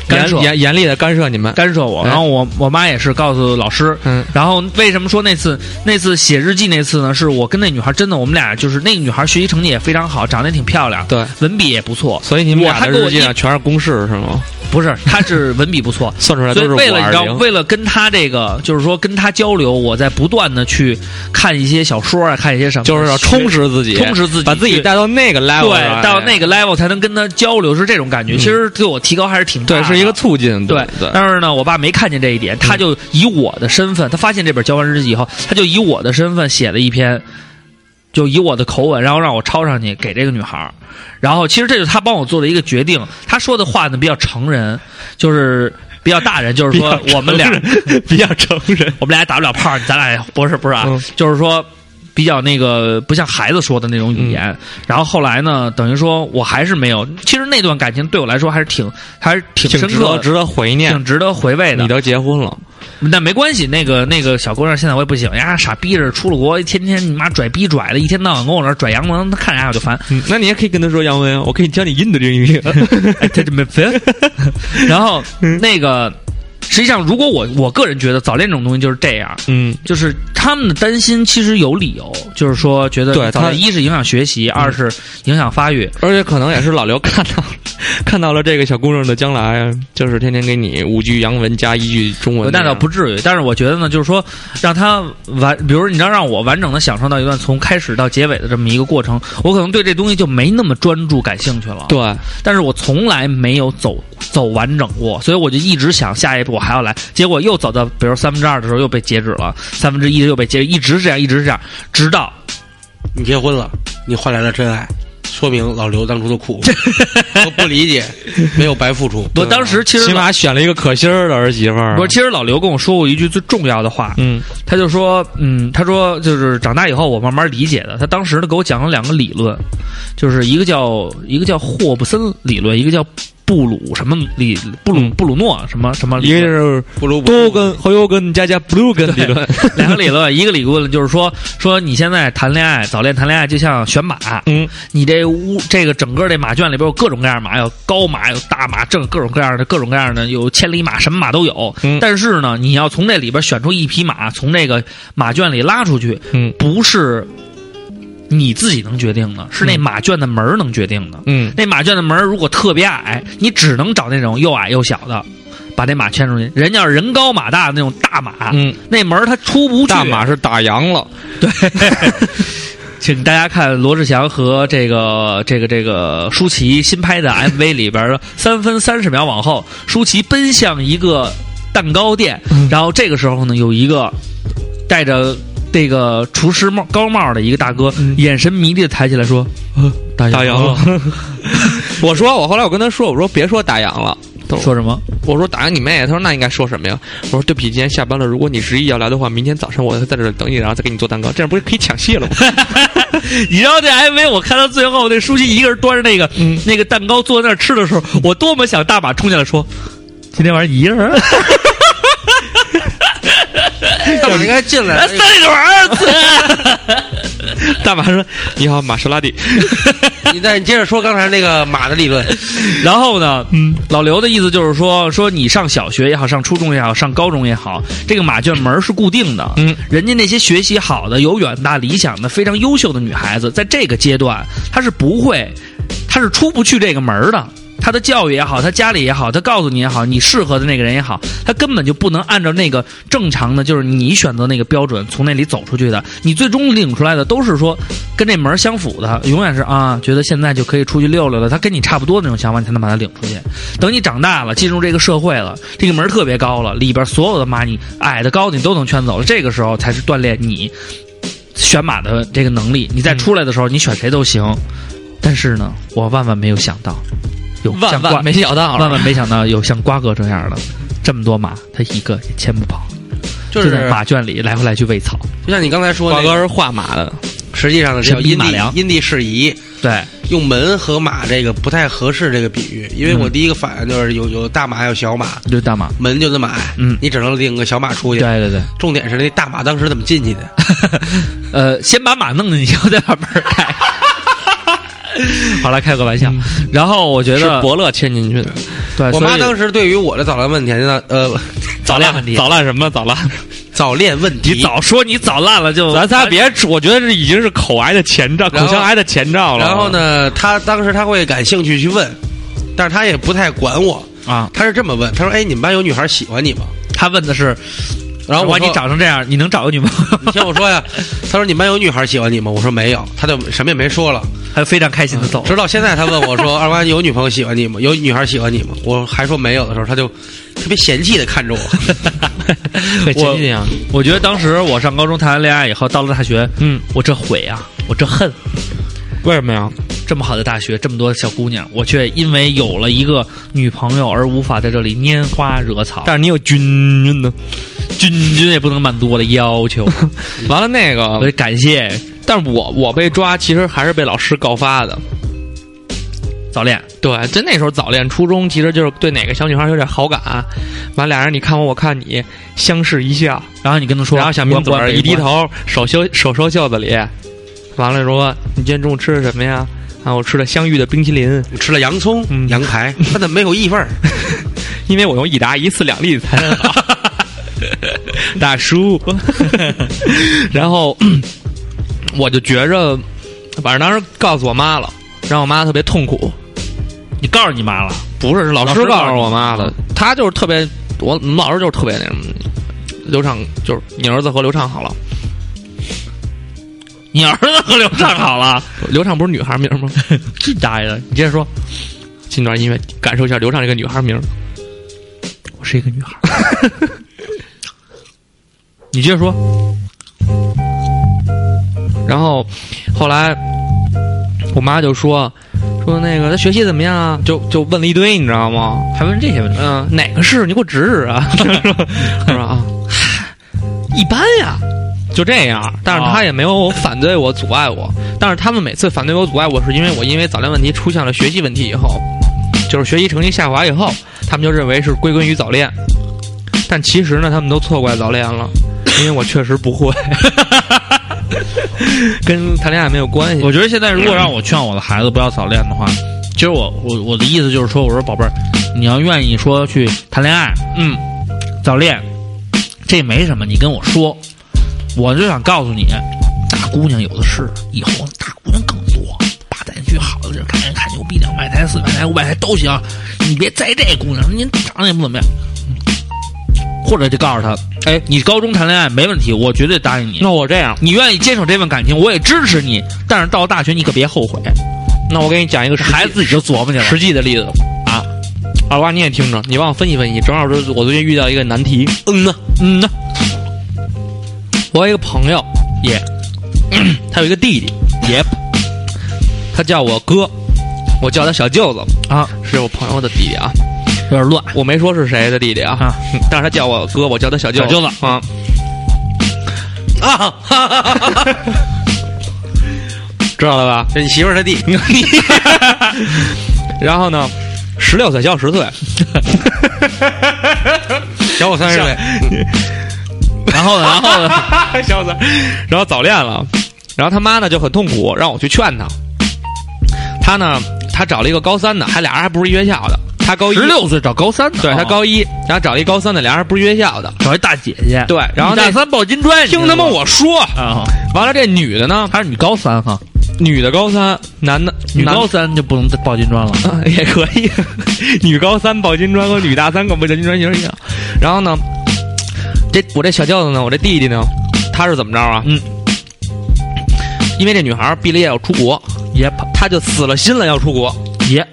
干涉严严严厉的干涉你们，干涉我，哎然后我我妈也是告诉老师，嗯然后为什么说那次那次写日记那次呢？是我跟那女孩真的，我们俩就是那个女孩学习成绩也非常好，长得也挺漂亮，对，文笔也不错，所以你们我俩还的跟我日记上全是公式是吗？。不是，她是文笔不错算出来所都以是五为了你二知道，零，为了跟她这个，就是说跟她交流，我在不断的去看一些小说啊，看一些什么，就是要充实自己，充实自己，把自己去带到那个 level，上对到那哎嗯个 level 才能跟她交流，是这种感觉。其实对我提高还是挺大对的是一个促进，对嗯对，但是呢，我爸没看见这一点，他就以我的身份，他发现这本交换日记以后，他就以我的身份写了一篇，就以我的口吻，然后让我抄上去给这个女孩儿。然后其实这就是他帮我做的一个决定，他说的话呢比较成人，就是比较大人，就是说我们俩比较成人，我们俩也打不了炮儿，咱俩也不是不是啊，嗯就是说比较那个不像孩子说的那种语言。然后后来呢，等于说我还是没有，其实那段感情对我来说还是挺还是挺挺深值刻得的。值得回念挺。值得回味你的，都结婚了，那没关系。那个那个小姑娘现在我也不喜欢呀，傻逼着出了国，天天你妈拽逼拽的，一天到晚跟我那儿拽洋文，她看着呀我就烦。 嗯那你也可以跟他说洋文啊，我可以教你印度英 语。哎，他这没分。 然后嗯那个，实际上如果我我个人觉得早恋这种东西就是这样，嗯，就是他们的担心其实有理由，就是说觉得对早他嗯恋一是影响学习，二是影响发育。而且可能也是老刘看到看到了这个小姑娘的将来，就是天天给你五句洋文加一句中文。那倒不，至于，但是我觉得呢，就是说让他完，比如说你要让我完整的享受到一段从开始到结尾的这么一个过程，我可能对这东西就没那么专注感兴趣了。，对，但是我从来没有走走完整过，所以我就一直想下一步我还要来，结果又走到比如三分之二的时候又被截止了，三分之一又被截止，一直是这样，一直是这样，直到你结婚了，你换来了真爱，说明老刘当初的 苦我不理解，没有白付出。我当时其实起老码选了一个可心儿的儿媳妇儿。不是，其实老刘跟我说过一句最重要的话，嗯，他就说，嗯，他说就是长大以后我慢慢理解的。他当时呢给我讲了两个理论，就是一个叫一个叫霍布森理论，一个叫布鲁什么理布嗯鲁布鲁诺什么什么理一个论。是不如不多根、后油根加加 blue 根理论。两个理论，一个理论就是说，说你现在谈恋爱，早恋谈恋爱就像选马，嗯，你这屋这个整个这马圈里边有各种各样的马，有高马，有大马，这各种各样的各种各样的，有千里马，什么马都有。嗯但是呢，你要从这里边选出一匹马，从这个马圈里拉出去，嗯不是你自己能决定的，是那嗯马圈的门儿能决定的。嗯，那马圈的门儿如果特别矮，你只能找那种又矮又小的，把那马圈出去。人要是人高马大的那种大马，嗯，那门儿它出不去。大马是打烊了，请大家看罗志祥和这个这个这个舒淇新拍的 MV 里边的三分三十秒往后，舒淇奔向一个蛋糕店，嗯然后这个时候呢，有一个戴着这个厨师帽高帽的一个大哥，嗯眼神迷离的抬起来说：“呃打打烊烊了。了。我说，我后来我跟他说，我说别说打烊了。” 说什么？我说打烊你妹！啊他说那应该说什么呀？我说对不起，今天下班了。如果你执意要来的话，明天早上我在这儿等你，然后再给你做蛋糕，这样不是可以抢戏了吗？ 你知道这 MV 我看到最后，那舒淇一个人端着那个、那个蛋糕坐在那儿吃的时候，我多么想大马冲进来说：“今天晚上一个人。”大哎马应该进 来，三里屯儿， 大马说：“你好，玛莎拉蒂。你再接着说刚才那个马的理论，然后呢，老刘的意思就是说，说你上小学也好，上初中也好，上高中也好，这个马圈门儿是固定的。嗯，人家那些学习好的、有远大理想的、非常优秀的女孩子，在这个阶段，她是不会，她是出不去这个门儿的。他的教育也好，他家里也好，他告诉你也好，你适合的那个人也好，他根本就不能按照那个正常的，就是你选择那个标准从那里走出去的。你最终领出来的都是说跟这门儿相符的，永远是啊，觉得现在就可以出去溜溜了。他跟你差不多的那种想法，你才能把他领出去。等你长大了，进入这个社会了，这个门儿特别高了，里边所有的马你矮的高的你都能圈走了，这个时候才是锻炼你选马的这个能力。你再出来的时候，你选谁都行。但是呢，我万万没有想到，有像万瓜万没想到，万万没想到有像瓜哥这样的，这么多马，他一个也牵不跑，就在是马圈里来回来去喂草。就像你刚才说瓜那个，哥是画马的，实际上呢，这叫神笔因马地良因地适宜，对，用门和马这个不太合适这个比喻，因为嗯我第一个反应就是有有大马有小马，就是大马。门就这么矮，嗯你只能领个小马出对去。对对，重点是那大马当时怎么进去的？呃，先把马 弄进去，我再把门儿开。好了，开个玩笑。然后我觉是得，伯乐牵进去的。对，我 所妈以当时对于我的早恋问题呢，呃， 早恋问题，早烂什么？早烂？早恋问 题，你早说你早烂了就咱仨别，我觉得这已经是口癌的前兆，口然后腔癌的前兆了。然后？呢，她当时她会感兴趣去问，但是她也不太管我，啊。她是这么问，她说：“哎，你们班有女孩喜欢你吗他问的是，？”然后哇，我你说长成这样，你能找个女朋友？你听我说呀， 她说：“你们班有女孩喜欢你吗？”我说：“没有。”她就什么也没说了。 他非常开心的走 了。直到现在，她问我说：“二瓜有女朋友喜欢你吗？有女孩喜欢你吗？”我还说没有的时候，她就特别嫌弃的看着我。对，我前进啊，我觉得当时我上高中谈完恋爱以后，到了大学，嗯，我这悔啊，我这恨，为什么呀？这么好的大学，这么多小姑娘，我却因为有了一个女朋友而无法在这里拈花惹草。但是你有君君呢。君君也不能满足我的要求，完了那 我得个，感谢但是我我被抓，其实还是被老师告发的。早恋。对，就那时候早恋，初中其实就是对哪个小女孩有点好感，啊完俩人你看我，我看你，相视一笑，然后你跟他说，然后小我明嘴我儿一低，头，手袖手收袖子里，完了说你今天中午吃的什么呀？啊，我吃了香芋的冰淇淋，你吃了洋葱、嗯羊排，她怎么没有异味儿？因为我用益达一次两粒才能好。 大叔， 然后我就觉着，反正当时告诉我妈了，让我妈特别痛苦。你告诉你妈了，不是，是老老师师告诉我妈告诉的，她就是特别，我我们老师就是特别那什么，刘畅就是你儿子和刘畅好了，你儿子和刘畅好 了，刘畅不是女孩名 吗？这大爷的，你接着说，进段音乐，感受一下刘畅这个女孩名。我是一个女 孩儿，你接着说，然后后来我妈就说说那个他学习怎么样啊？就就问了一堆，你知道吗？还问这些问题，嗯、哪个市？你给我指指啊！ 我说啊，一般呀，就这样。但是哦他也没有反对我、阻碍我。但是他们每次反对我、阻碍我，是因为我因为早恋问题出现了学习问题以后，就是学习成绩下滑以后，他们就认为是归根于早恋。但其实呢，他们都错怪早恋了，因为我确实不会，跟谈恋爱没有关系。我觉得现在如果让我劝我的孩子不要早恋的话，其实我我我的意思就是说，我说宝贝儿，你要愿意说去谈恋爱、嗯，早恋，这没什么，你跟我说，我就想告诉你，大姑娘有的是，以后大姑娘更多，爸带你去好的地儿看看，看牛逼，两百台、四百台、五百台都行，你别栽这姑娘，您长得也不怎么样。或者就告诉他，哎，你高中谈恋爱没问题，我绝对答应你。那我这样，你愿意接手这份感情，我也支持你。但是到大学，你可别后悔。那我给你讲一个实际孩子自己就琢磨去了。实际的例子啊。二瓜，你也听着，你帮我分析分析。正好是我最近遇到一个难题。嗯呢，嗯呢。我有一个朋友，也、他有一个弟弟，也、他叫我哥，我叫他小舅子啊，是我朋友的弟弟啊。有点乱。我没说是谁的弟弟啊，啊但是他叫我哥，我叫他小舅小舅子啊啊，知道了吧？这你媳妇儿她弟，牛逼。然后呢，十六岁小我 十岁，小我三十岁，嗯然后呢，然后呢， 小我三，然后早恋了，然后他妈呢就很痛苦，让我去劝他。他呢，他找了一个高三的，还俩人还不是一学校的。他高一，十六岁找高三的，对他哦高一，然后找了一高三的，俩人还不是一学校的。找一大姐姐，对然后女大那三抱金砖，听他妈你知道我吗说，啊，完了这女的呢，她是女高三哈，女的高三，男的女高男三就不能报金砖了。 啊也可以，女高三抱金砖和女大三抱金砖其实一样。然后呢，这我这小舅子呢，我这弟弟呢，他是怎么着啊？嗯，因为这女孩儿毕了业要出国，也他就死了心了要出国。也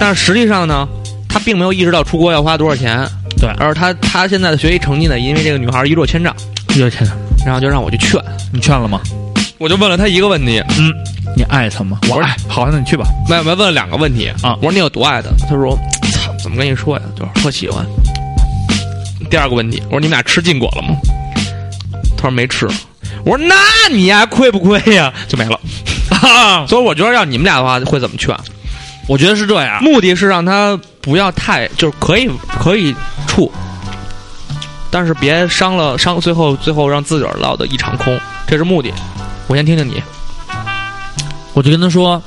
但是实际上呢，他并没有意识到出国要花多少钱。对而他他现在的学习成绩呢，因为这个女孩儿一落千丈，有钱，然后就让我去劝，你劝了吗？我就问了他一个问题，嗯，你爱他吗？我我爱。好，那你去吧。没有没有问了两个问题啊我说你有多爱他？他说，操，怎么跟你说呀？就是说喜欢。第二个问题，我说你们俩吃禁果了吗？他说没吃。我说那你呀亏不亏呀？就没了。所以我觉得要你们俩的话会怎么劝？我觉得是这样，目的是让他不要太，就是可以可以处，但是别伤了伤，最后最后让自个儿落得一场空，这是目的。我先听听你，我就跟他说，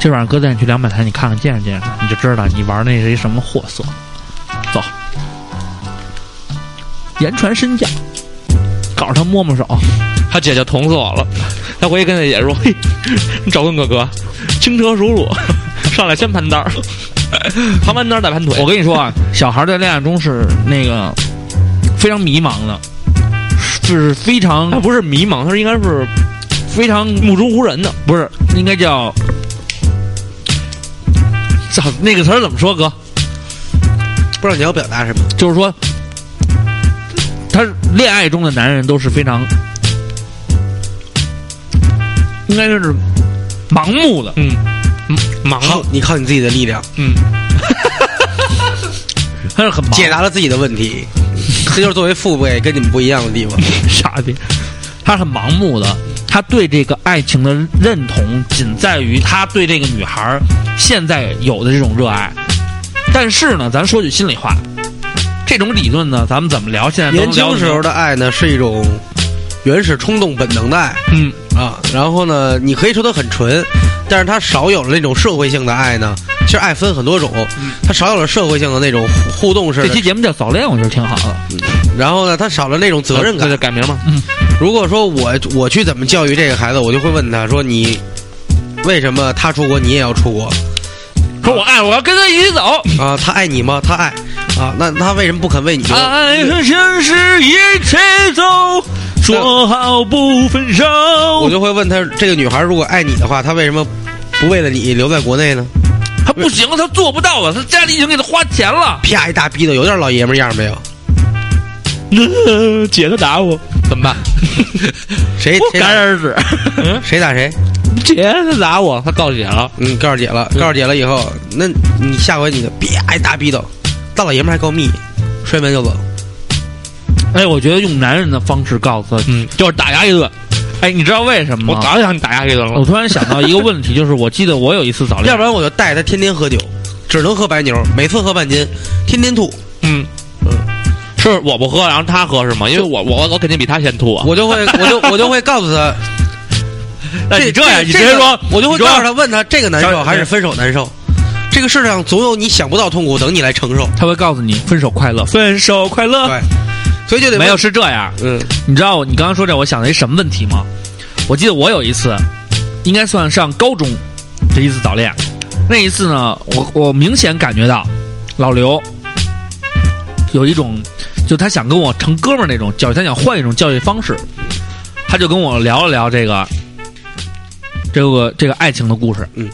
今晚上哥带你去两百台，你看看见识见识，你就知道你玩那是一什么货色。走，言传身教，告诉他摸摸手，他姐就捅死我了。他回去跟他姐说：“嘿，你找问哥哥，轻车熟路，上来先盘单儿，盘完单儿再盘腿。”我跟你说啊，小孩在恋爱中是那个非常迷茫的，就是非常他不是迷茫，他应该是非常目中无人的。不是应该叫，操那个词儿怎么说哥？不知道你要表达什么。就是说，他恋爱中的男人都是非常，应该就是盲目的，嗯，忙靠了，你靠你自己的力量嗯，他是很盲解答了自己的问题，这就是作为父辈跟你们不一样的地方。傻逼，他很盲目的，他对这个爱情的认同仅在于他对这个女孩儿现在有的这种热爱。但是呢，咱说句心里话，这种理论呢，咱们怎么聊？现在都年能聊轻得时候的爱呢，是一种原始冲动本能的爱嗯，啊。然后呢，你可以说它很纯，但是它少有了那种社会性的爱呢。其实爱分很多种，它少有了社会性的那种互动式这的期，节目叫早恋，我觉得挺好的。然后呢，它少了那种责任那就感。改名嘛。如果说我我去怎么教育这个孩子，我就会问他说：“你为什么他出国你也要出国说我爱，我要跟他一起走。啊？他爱你吗？他爱啊，那他为什么不肯为你？”爱和现实一起走，说好不分手。我就会问他，这个女孩如果爱你的话，她为什么不为了你留在国内呢？他不行，他做不到了，他家里已经给他花钱了。啪一大逼的，有点老爷们儿样没有？姐，他打我，怎么办？谁我谁干打儿子。嗯谁打谁？姐，他打我，他告姐了。嗯，告诉姐了，告诉姐了以后，那你下回你就啪一大逼斗，大老爷们儿还告密，摔门就走。哎，我觉得用男人的方式告诉他，嗯，就是打压一顿。哎，你知道为什么我吗？早就想你打压这顿我了。突然想到一个问题，就是我记得我有一次早 恋要不，然我就带他天天喝酒，只能喝白牛，每次喝半斤，天天吐。嗯是我不喝，然后他喝是吗？因为我我我肯定比他先吐啊。我就 会，我就我就会告诉他，那你这样，你直接个说，我就会你说告诉他，问他这个难小受还是分手难受？啊这个世上总有你想不到痛苦等你来承受。他会告诉你分手快乐，分手快乐。对，所以就得没有问，是这样。嗯，你知道我你刚刚说这，我想了一什么问题吗？我记得我有一次，应该算上高中这一次早恋，那一次呢，我我明显感觉到老刘有一种，就他想跟我成哥们儿那种教育，他想换一种教育方式，他就跟我聊了聊这个这个这个爱情的故事，嗯，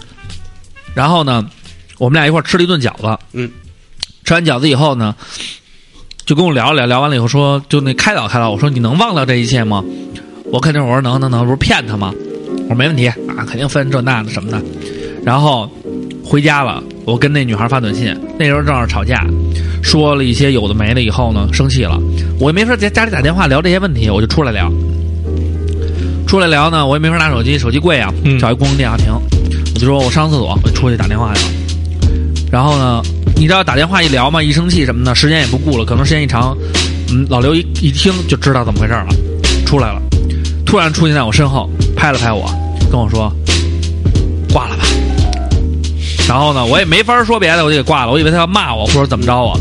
然后呢，我们俩一块儿吃了一顿饺子，嗯，吃完饺子以后呢，就跟我聊了聊，聊完了以后说，就那开导开导我说你能忘掉这一切吗？我肯定我说能能能，我不是骗他吗？我说没问题啊，肯定分这那的什么的。然后回家了，我跟那女孩发短信，那时候正好吵架，说了一些有的没的以后呢，生气了，我也没法在家里打电话聊这些问题，我就出来聊。出来聊呢，我也没法拿手机，手机贵啊，嗯找一公共电话亭，我就说我上厕所，我就出去打电话去了。然后呢，你知道打电话一聊嘛，一生气什么的，时间也不顾了，可能时间一长，嗯，老刘一一听就知道怎么回事了，出来了，突然出现在我身后，拍了拍我，跟我说挂了吧。然后呢，我也没法说别的，我就给挂了。我以为他要骂我或者怎么着我，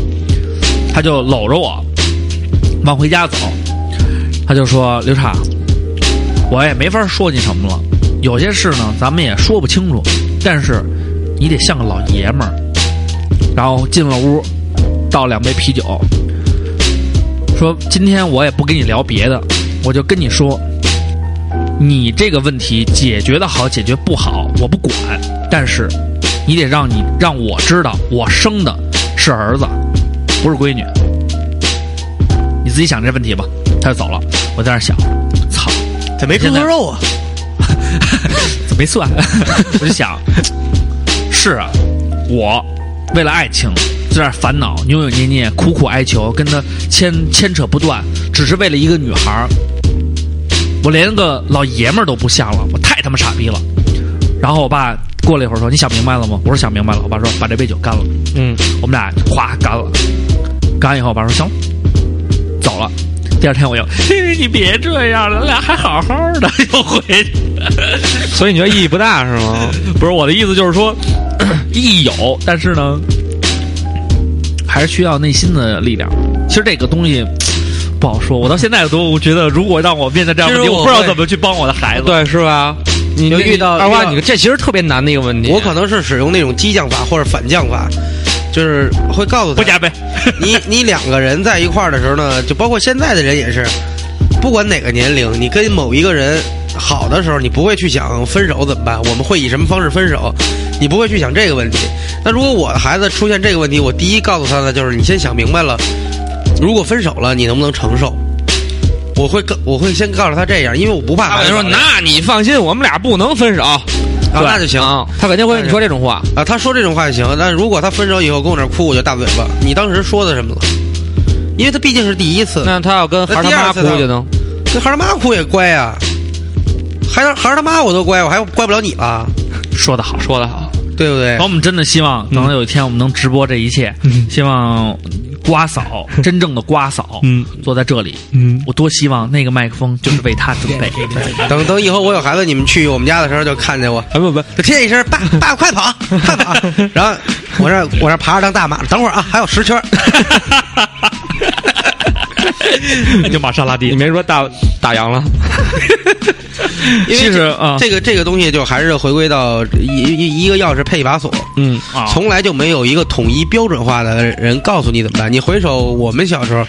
他就搂着我往回家走，他就说刘畅，我也没法说你什么了。有些事呢，咱们也说不清楚，但是你得像个老爷们儿。然后进了屋，倒两杯啤酒，说：“今天我也不跟你聊别的，我就跟你说，你这个问题解决的好，解决不好我不管，但是你得让你让我知道，我生的是儿子，不是闺女。你自己想这问题吧。”他就走了，我在那儿想，操，这没现猪在头肉啊，怎么没算？ 我就想，是啊，我为了爱情在那儿烦恼、扭扭捏捏、苦苦哀求，跟他牵牵扯不断，只是为了一个女孩儿，我连个老爷们儿都不像了，我太他妈傻逼了。然后我爸过了一会儿说：“你想明白了吗？”我说：“想明白了。”我爸说：“把这杯酒干了。”嗯，我们俩哗干了，干完以后，我爸说：“行，走了。”第二天我又，嘿你别这样了，咱俩还好好的，又回去。所以你觉得意义不大是吗？不是我的意思，就是说 意义有，但是呢，还是需要内心的力量。其实这个东西不好说，我到现在都觉得，如果让我面对这样的问题，其实我我不知道会怎么去帮我的孩子。对，是吧？你就遇到二遇花，到你这其实特别难的一个问题。我可能是使用那种激将法或者反将法，就是会告诉不他加倍， 你你两个人在一块儿的时候呢，就包括现在的人也是，不管哪个年龄，你跟某一个人好的时候，你不会去想分手怎么办，我们会以什么方式分手，你不会去想这个问题。那如果我的孩子出现这个问题，我第一告诉他的就是你先想明白了，如果分手了，你能不能承受？我会告我会先告诉他这样，因为我不怕他孩肯子定说：“找人那你放心，我们俩不能分手。”啊，那就行。啊，他肯定会跟你说这种话。啊，他说这种话就行，但如果他分手以后跟我那儿哭，我就大嘴巴。你当时说的什么了？因为他毕竟是第一次，那他要跟孩儿他妈哭去呢？这孩儿他妈哭也乖啊，孩儿孩儿他妈我都乖，我还怪不了你吧？说得好，说得好。对不对然后？我们真的希望，能有一天我们能直播这一切。希望瓜嫂，真正的瓜嫂，嗯坐在这里，嗯，我多希望那个麦克风就是为她准备。 等等以后我有孩子，你们去我们家的时候就看见我，哎不不，就听见一声爸爸快跑快 跑，然后我这我这爬着当大马，等会儿啊还有十 圈儿，就玛莎拉蒂你没说大打烊了？因为其实这啊这个这个东西就还是回归到一一一个钥匙配一把锁，嗯，啊，从来就没有一个统一标准化的人告诉你怎么办。你回首我们小时候，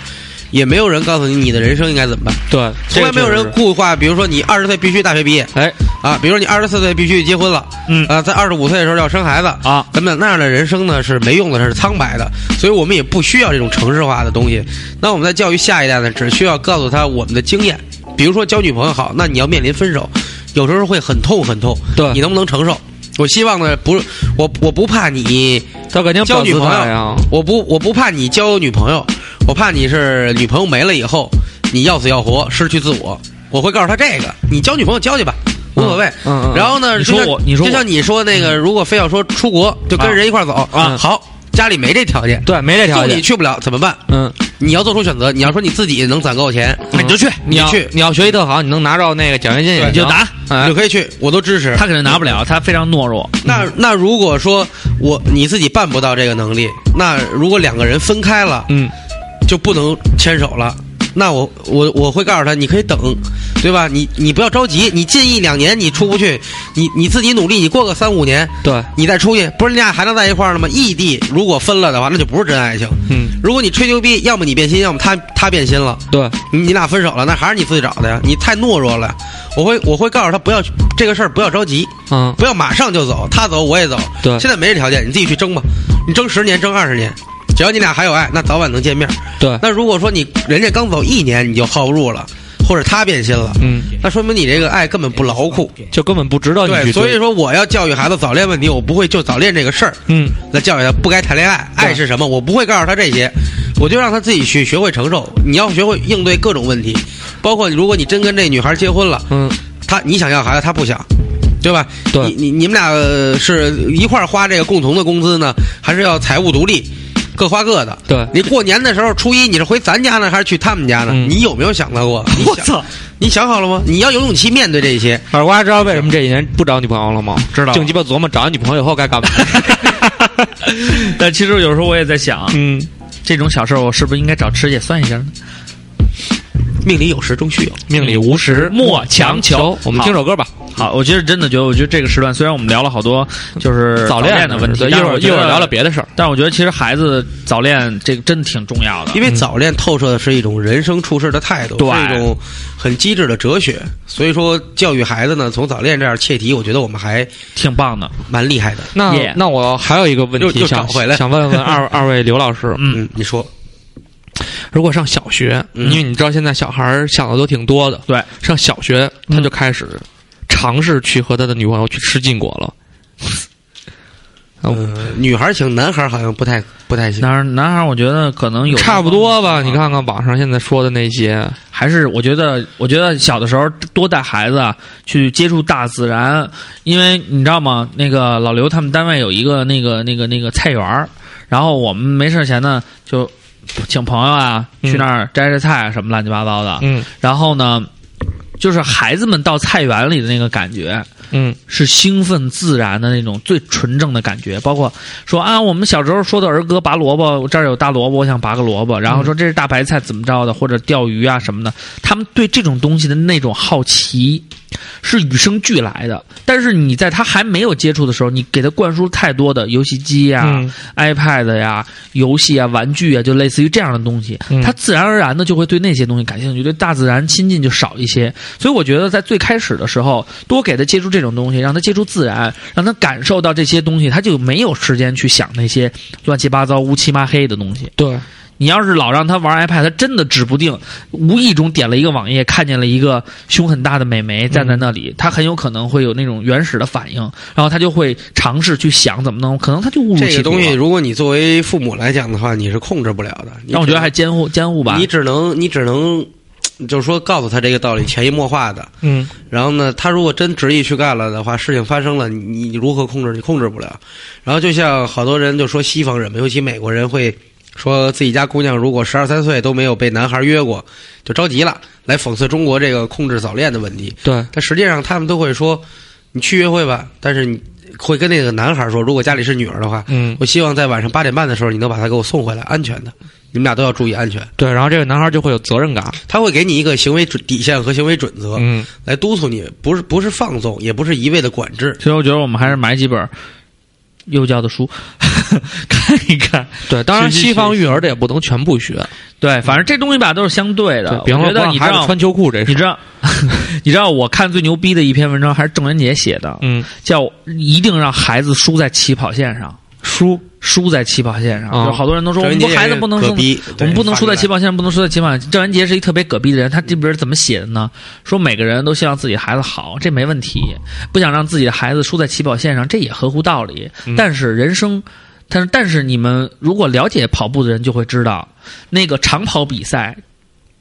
也没有人告诉你你的人生应该怎么办，对，从来没有人固化，比如说你二十岁必须大学毕业，哎，啊，比如说你二十四岁必须结婚了，嗯啊，在二十五岁的时候要生孩子啊，等等那样的人生呢是没用的，是苍白的，所以我们也不需要这种城市化的东西。那我们在教育下一代呢，只需要告诉他我们的经验，比如说交女朋友好，那你要面临分手，有时候会很痛很痛，对你能不能承受？我希望呢，不是我，我不怕你他肯定交女朋表示他友呀，我不我不怕你交女朋友，我怕你是女朋友没了以后，你要死要活，失去自我。我会告诉他这个，你交女朋友交去吧，无所谓。嗯嗯嗯然后呢，你说就像我你说就我像你说那个，如果非要说出国，就跟人一块儿走嗯啊好，家里没这条件，对，没这条就件你。去不了怎么办？嗯，你要做出选择，你要说你自己能攒够钱，那你就去，你要去你要学习特好，你能拿着那个奖学金也对行，你就拿，你哎就可以去，我都支持。他肯定拿不了，他非常懦弱。那那如果说我你自己办不到这个能力，那如果两个人分开了，嗯，就不能牵手了。那我我我会告诉他，你可以等，对吧？你你不要着急，你近一两年你出不去，你你自己努力，你过个三五年，对，你再出去，不是你俩还能在一块儿了吗？异地如果分了的话，那就不是真爱情。嗯，如果你吹牛逼，要么你变心，要么他他变心了，对，你你俩分手了，那还是你自己找的呀，你太懦弱了。我会我会告诉他，不要这个事儿不要着急，嗯，不要马上就走，他走我也走。对现在没这条件，你自己去争吧。你争十年，争二十年，只要你俩还有爱，那早晚能见面。对，那如果说你人家刚走一年你就耗不住了，或者他变心了，嗯，那说明你这个爱根本不牢固。就根本不值得你对，去所以追。说我要教育孩子早恋问题，我不会就早恋这个事儿嗯，来教育他不该谈恋爱，爱是什么，我不会告诉他这些，我就让他自己去学会承受。你要学会应对各种问题，包括如果你真跟这女孩结婚了，嗯，他你想要孩子，他不想，对吧？对你你你们俩呃是一块儿花这个共同的工资呢，还是要财务独立，各花各的？对你过年的时候，初一你是回咱家呢，还是去他们家呢？嗯你有没有想到过？你想，你想好了吗？你要有勇气面对这些。二瓜知道为什么这几年不找女朋友了吗？知道净鸡巴琢磨找完女朋友以后该干嘛。 但其实有时候我也在想，啊嗯，这种小事儿我是不是应该找池姐算一下呢？命里有时终须有。命里无时莫强求我们听首歌吧。好，我其实真的觉得，我觉得这个时段虽然我们聊了好多就是早恋的的问题，一但会是儿我一觉会得儿聊聊，别的事儿。但是我觉得其实孩子早恋这个真挺重要的，因嗯为早恋透彻的是一种人生处世的态度，对是一种很机智的哲学。所以说，教育孩子呢，从早恋这样切题，我觉得我们还挺棒的。蛮厉害的。那 Yeah 那我还有一个问又题又想找回来想问问 二二位刘老师，嗯嗯，你说，如果上小学，嗯因为你知道现在小孩儿想的都挺多的，对，上小学嗯他就开始尝试去和他的女朋友去吃禁果了。嗯、女孩行，男孩好像不太不太行。男孩男孩，我觉得可能有啊差不多吧，你看看网上现在说的那些，还是我觉得，我觉得小的时候多带孩子啊去接触大自然，因为你知道吗？那个老刘他们单位有一个那个那个那个菜园儿，然后我们没事前呢就请朋友啊去那儿摘摘菜啊什么乱七八糟的，嗯然后呢，就是孩子们到菜园里的那个感觉，嗯，是兴奋自然的那种最纯正的感觉，包括说啊，我们小时候说的儿歌拔萝卜，这儿有大萝卜，我想拔个萝卜，然后说这是大白菜怎么着的，或者钓鱼啊什么的，他们对这种东西的那种好奇是与生俱来的。但是你在他还没有接触的时候，你给他灌输太多的游戏机呀、嗯 iPad 呀、游戏啊、玩具啊，就类似于这样的东西，嗯他自然而然的就会对那些东西感兴趣，对大自然亲近就少一些。所以我觉得在最开始的时候，多给他接触这种东西，让他接触自然，让他感受到这些东西，他就没有时间去想那些乱七八糟、乌漆嘛黑的东西。对，你要是老让他玩 iPad，他真的指不定无意中点了一个网页，看见了一个胸很大的美眉站嗯在那里，他很有可能会有那种原始的反应，然后他就会尝试去想怎么弄，可能他就误入这歧个途了东西，如果你作为父母来讲的话，你是控制不了的。你让我觉只得还监护监护吧你。只能你只能，就是说告诉他这个道理，潜移默化的。嗯，然后呢，他如果真执意去干了的话，事情发生了，你你你如何控制？你控制不了。然后就像好多人就说西方人，尤其美国人会说自己家姑娘如果十二三岁都没有被男孩约过，就着急了，来讽刺中国这个控制早恋的问题。对，但实际上他们都会说，你去约会吧，但是你会跟那个男孩说，如果家里是女儿的话，嗯，我希望在晚上八点半的时候你能把她给我送回来，安全的。你们俩都要注意安全。对，然后这个男孩就会有责任感，他会给你一个行为准底线和行为准则，嗯，来督促你，不是不是放纵，也不是一味的管制。所以我觉得我们还是买几本幼教的书 看一看。对，当然学习西方育儿的也不能全部学，对，反正这东西吧都是相对的。对，比方我说不觉得让你知孩子道，穿秋裤这你事，知道， 你知道我看最牛逼的一篇文章还是郑渊洁写的，嗯，叫一定让孩子输在起跑线上，输输在起跑线上。啊就好多人都说，我们这不人家孩子也不能是输可，逼，我们不能输在起跑。跑线上，不能输在起跑线上。郑渊洁是一特别葛逼的人，他这边怎么写的呢？说每个人都希望自己孩子好，这没问题；不想让自己的孩子输在起跑线上，这也合乎道理。嗯但是人生，但是但是你们如果了解跑步的人就会知道，那个长跑比赛。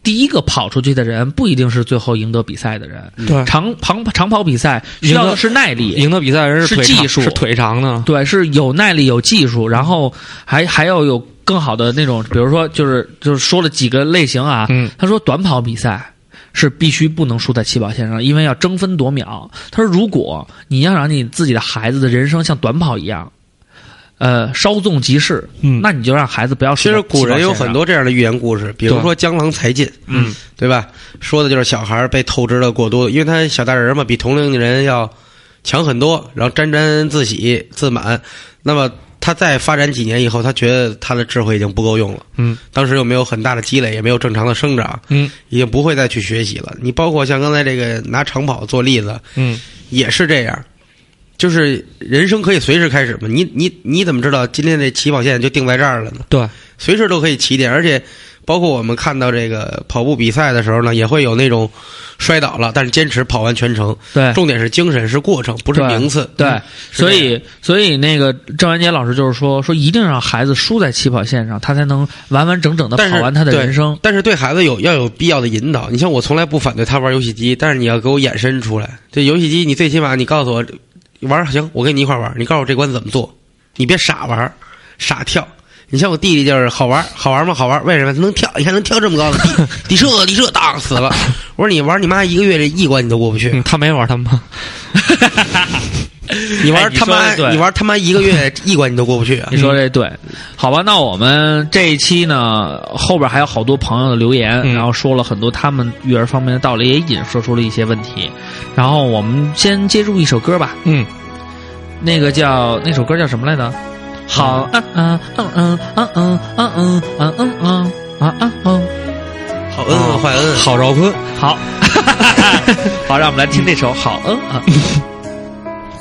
第一个跑出去的人不一定是最后赢得比赛的人。对长长长跑比赛需要的是耐力，嗯赢得比赛人是腿长技术啊是腿长的，对，是有耐力、有技术，然后还还要有更好的那种，比如说就是就是说了几个类型啊，嗯他说短跑比赛。是必须不能输在起跑线上，因为要争分夺秒。他说，如果你要让你自己的孩子的人生像短跑一样，呃，稍纵即逝，嗯那你就让孩子不要其输在实起跑线上。古人有很多这样的寓言故事，比如说江郎才尽，嗯，对吧？说的就是小孩被透支的过多，因为他小大人嘛，比同龄人要强很多，然后沾沾自喜、自满。那么他再发展几年以后，他觉得他的智慧已经不够用了，嗯，当时又没有很大的积累，也没有正常的生长，嗯已经不会再去学习了。你包括像刚才这个拿长跑做例子，嗯，也是这样，就是人生可以随时开始嘛。你你你怎么知道今天这起跑线就定在这儿了呢？对，随时都可以起点，而且包括我们看到这个跑步比赛的时候呢，也会有那种摔倒了但是坚持跑完全程。对，重点是精神，是过程，不是名次。对，嗯是所这样以所以那个郑渊洁老师就是说，说一定让孩子输在起跑线上，他才能完完整整的但是跑完他的对人生。但是对孩子有要有必要的引导。你像我从来不反对他玩游戏机，但是你要给我衍生出来。这游戏机，你最起码你告诉我玩儿行，我跟你一块儿玩儿。你告诉我这关怎么做，你别傻玩儿，傻跳。你像我弟弟就是好玩儿，好玩儿吗？好玩儿，为什么？他能跳，你看能跳这么高的地， 底射底射，当死了。嗯嗯我说你玩儿你妈一个月这一关你都过不去，嗯他没玩他妈，你哎玩你他妈说的，对你玩他妈一个月一关你都过不去啊你！说这对，好吧？那我们这一期呢，后边还有好多朋友的留言，嗯然后说了很多他们育儿方面的道理，也引说出了一些问题。然后我们先接入一首歌吧，嗯，那个叫那首歌叫什么来着？好，嗯嗯嗯嗯嗯嗯嗯嗯嗯嗯嗯嗯嗯嗯，好恩啊，坏恩啊，郝兆坤，好， 好，让我们来听这首《好嗯嗯》。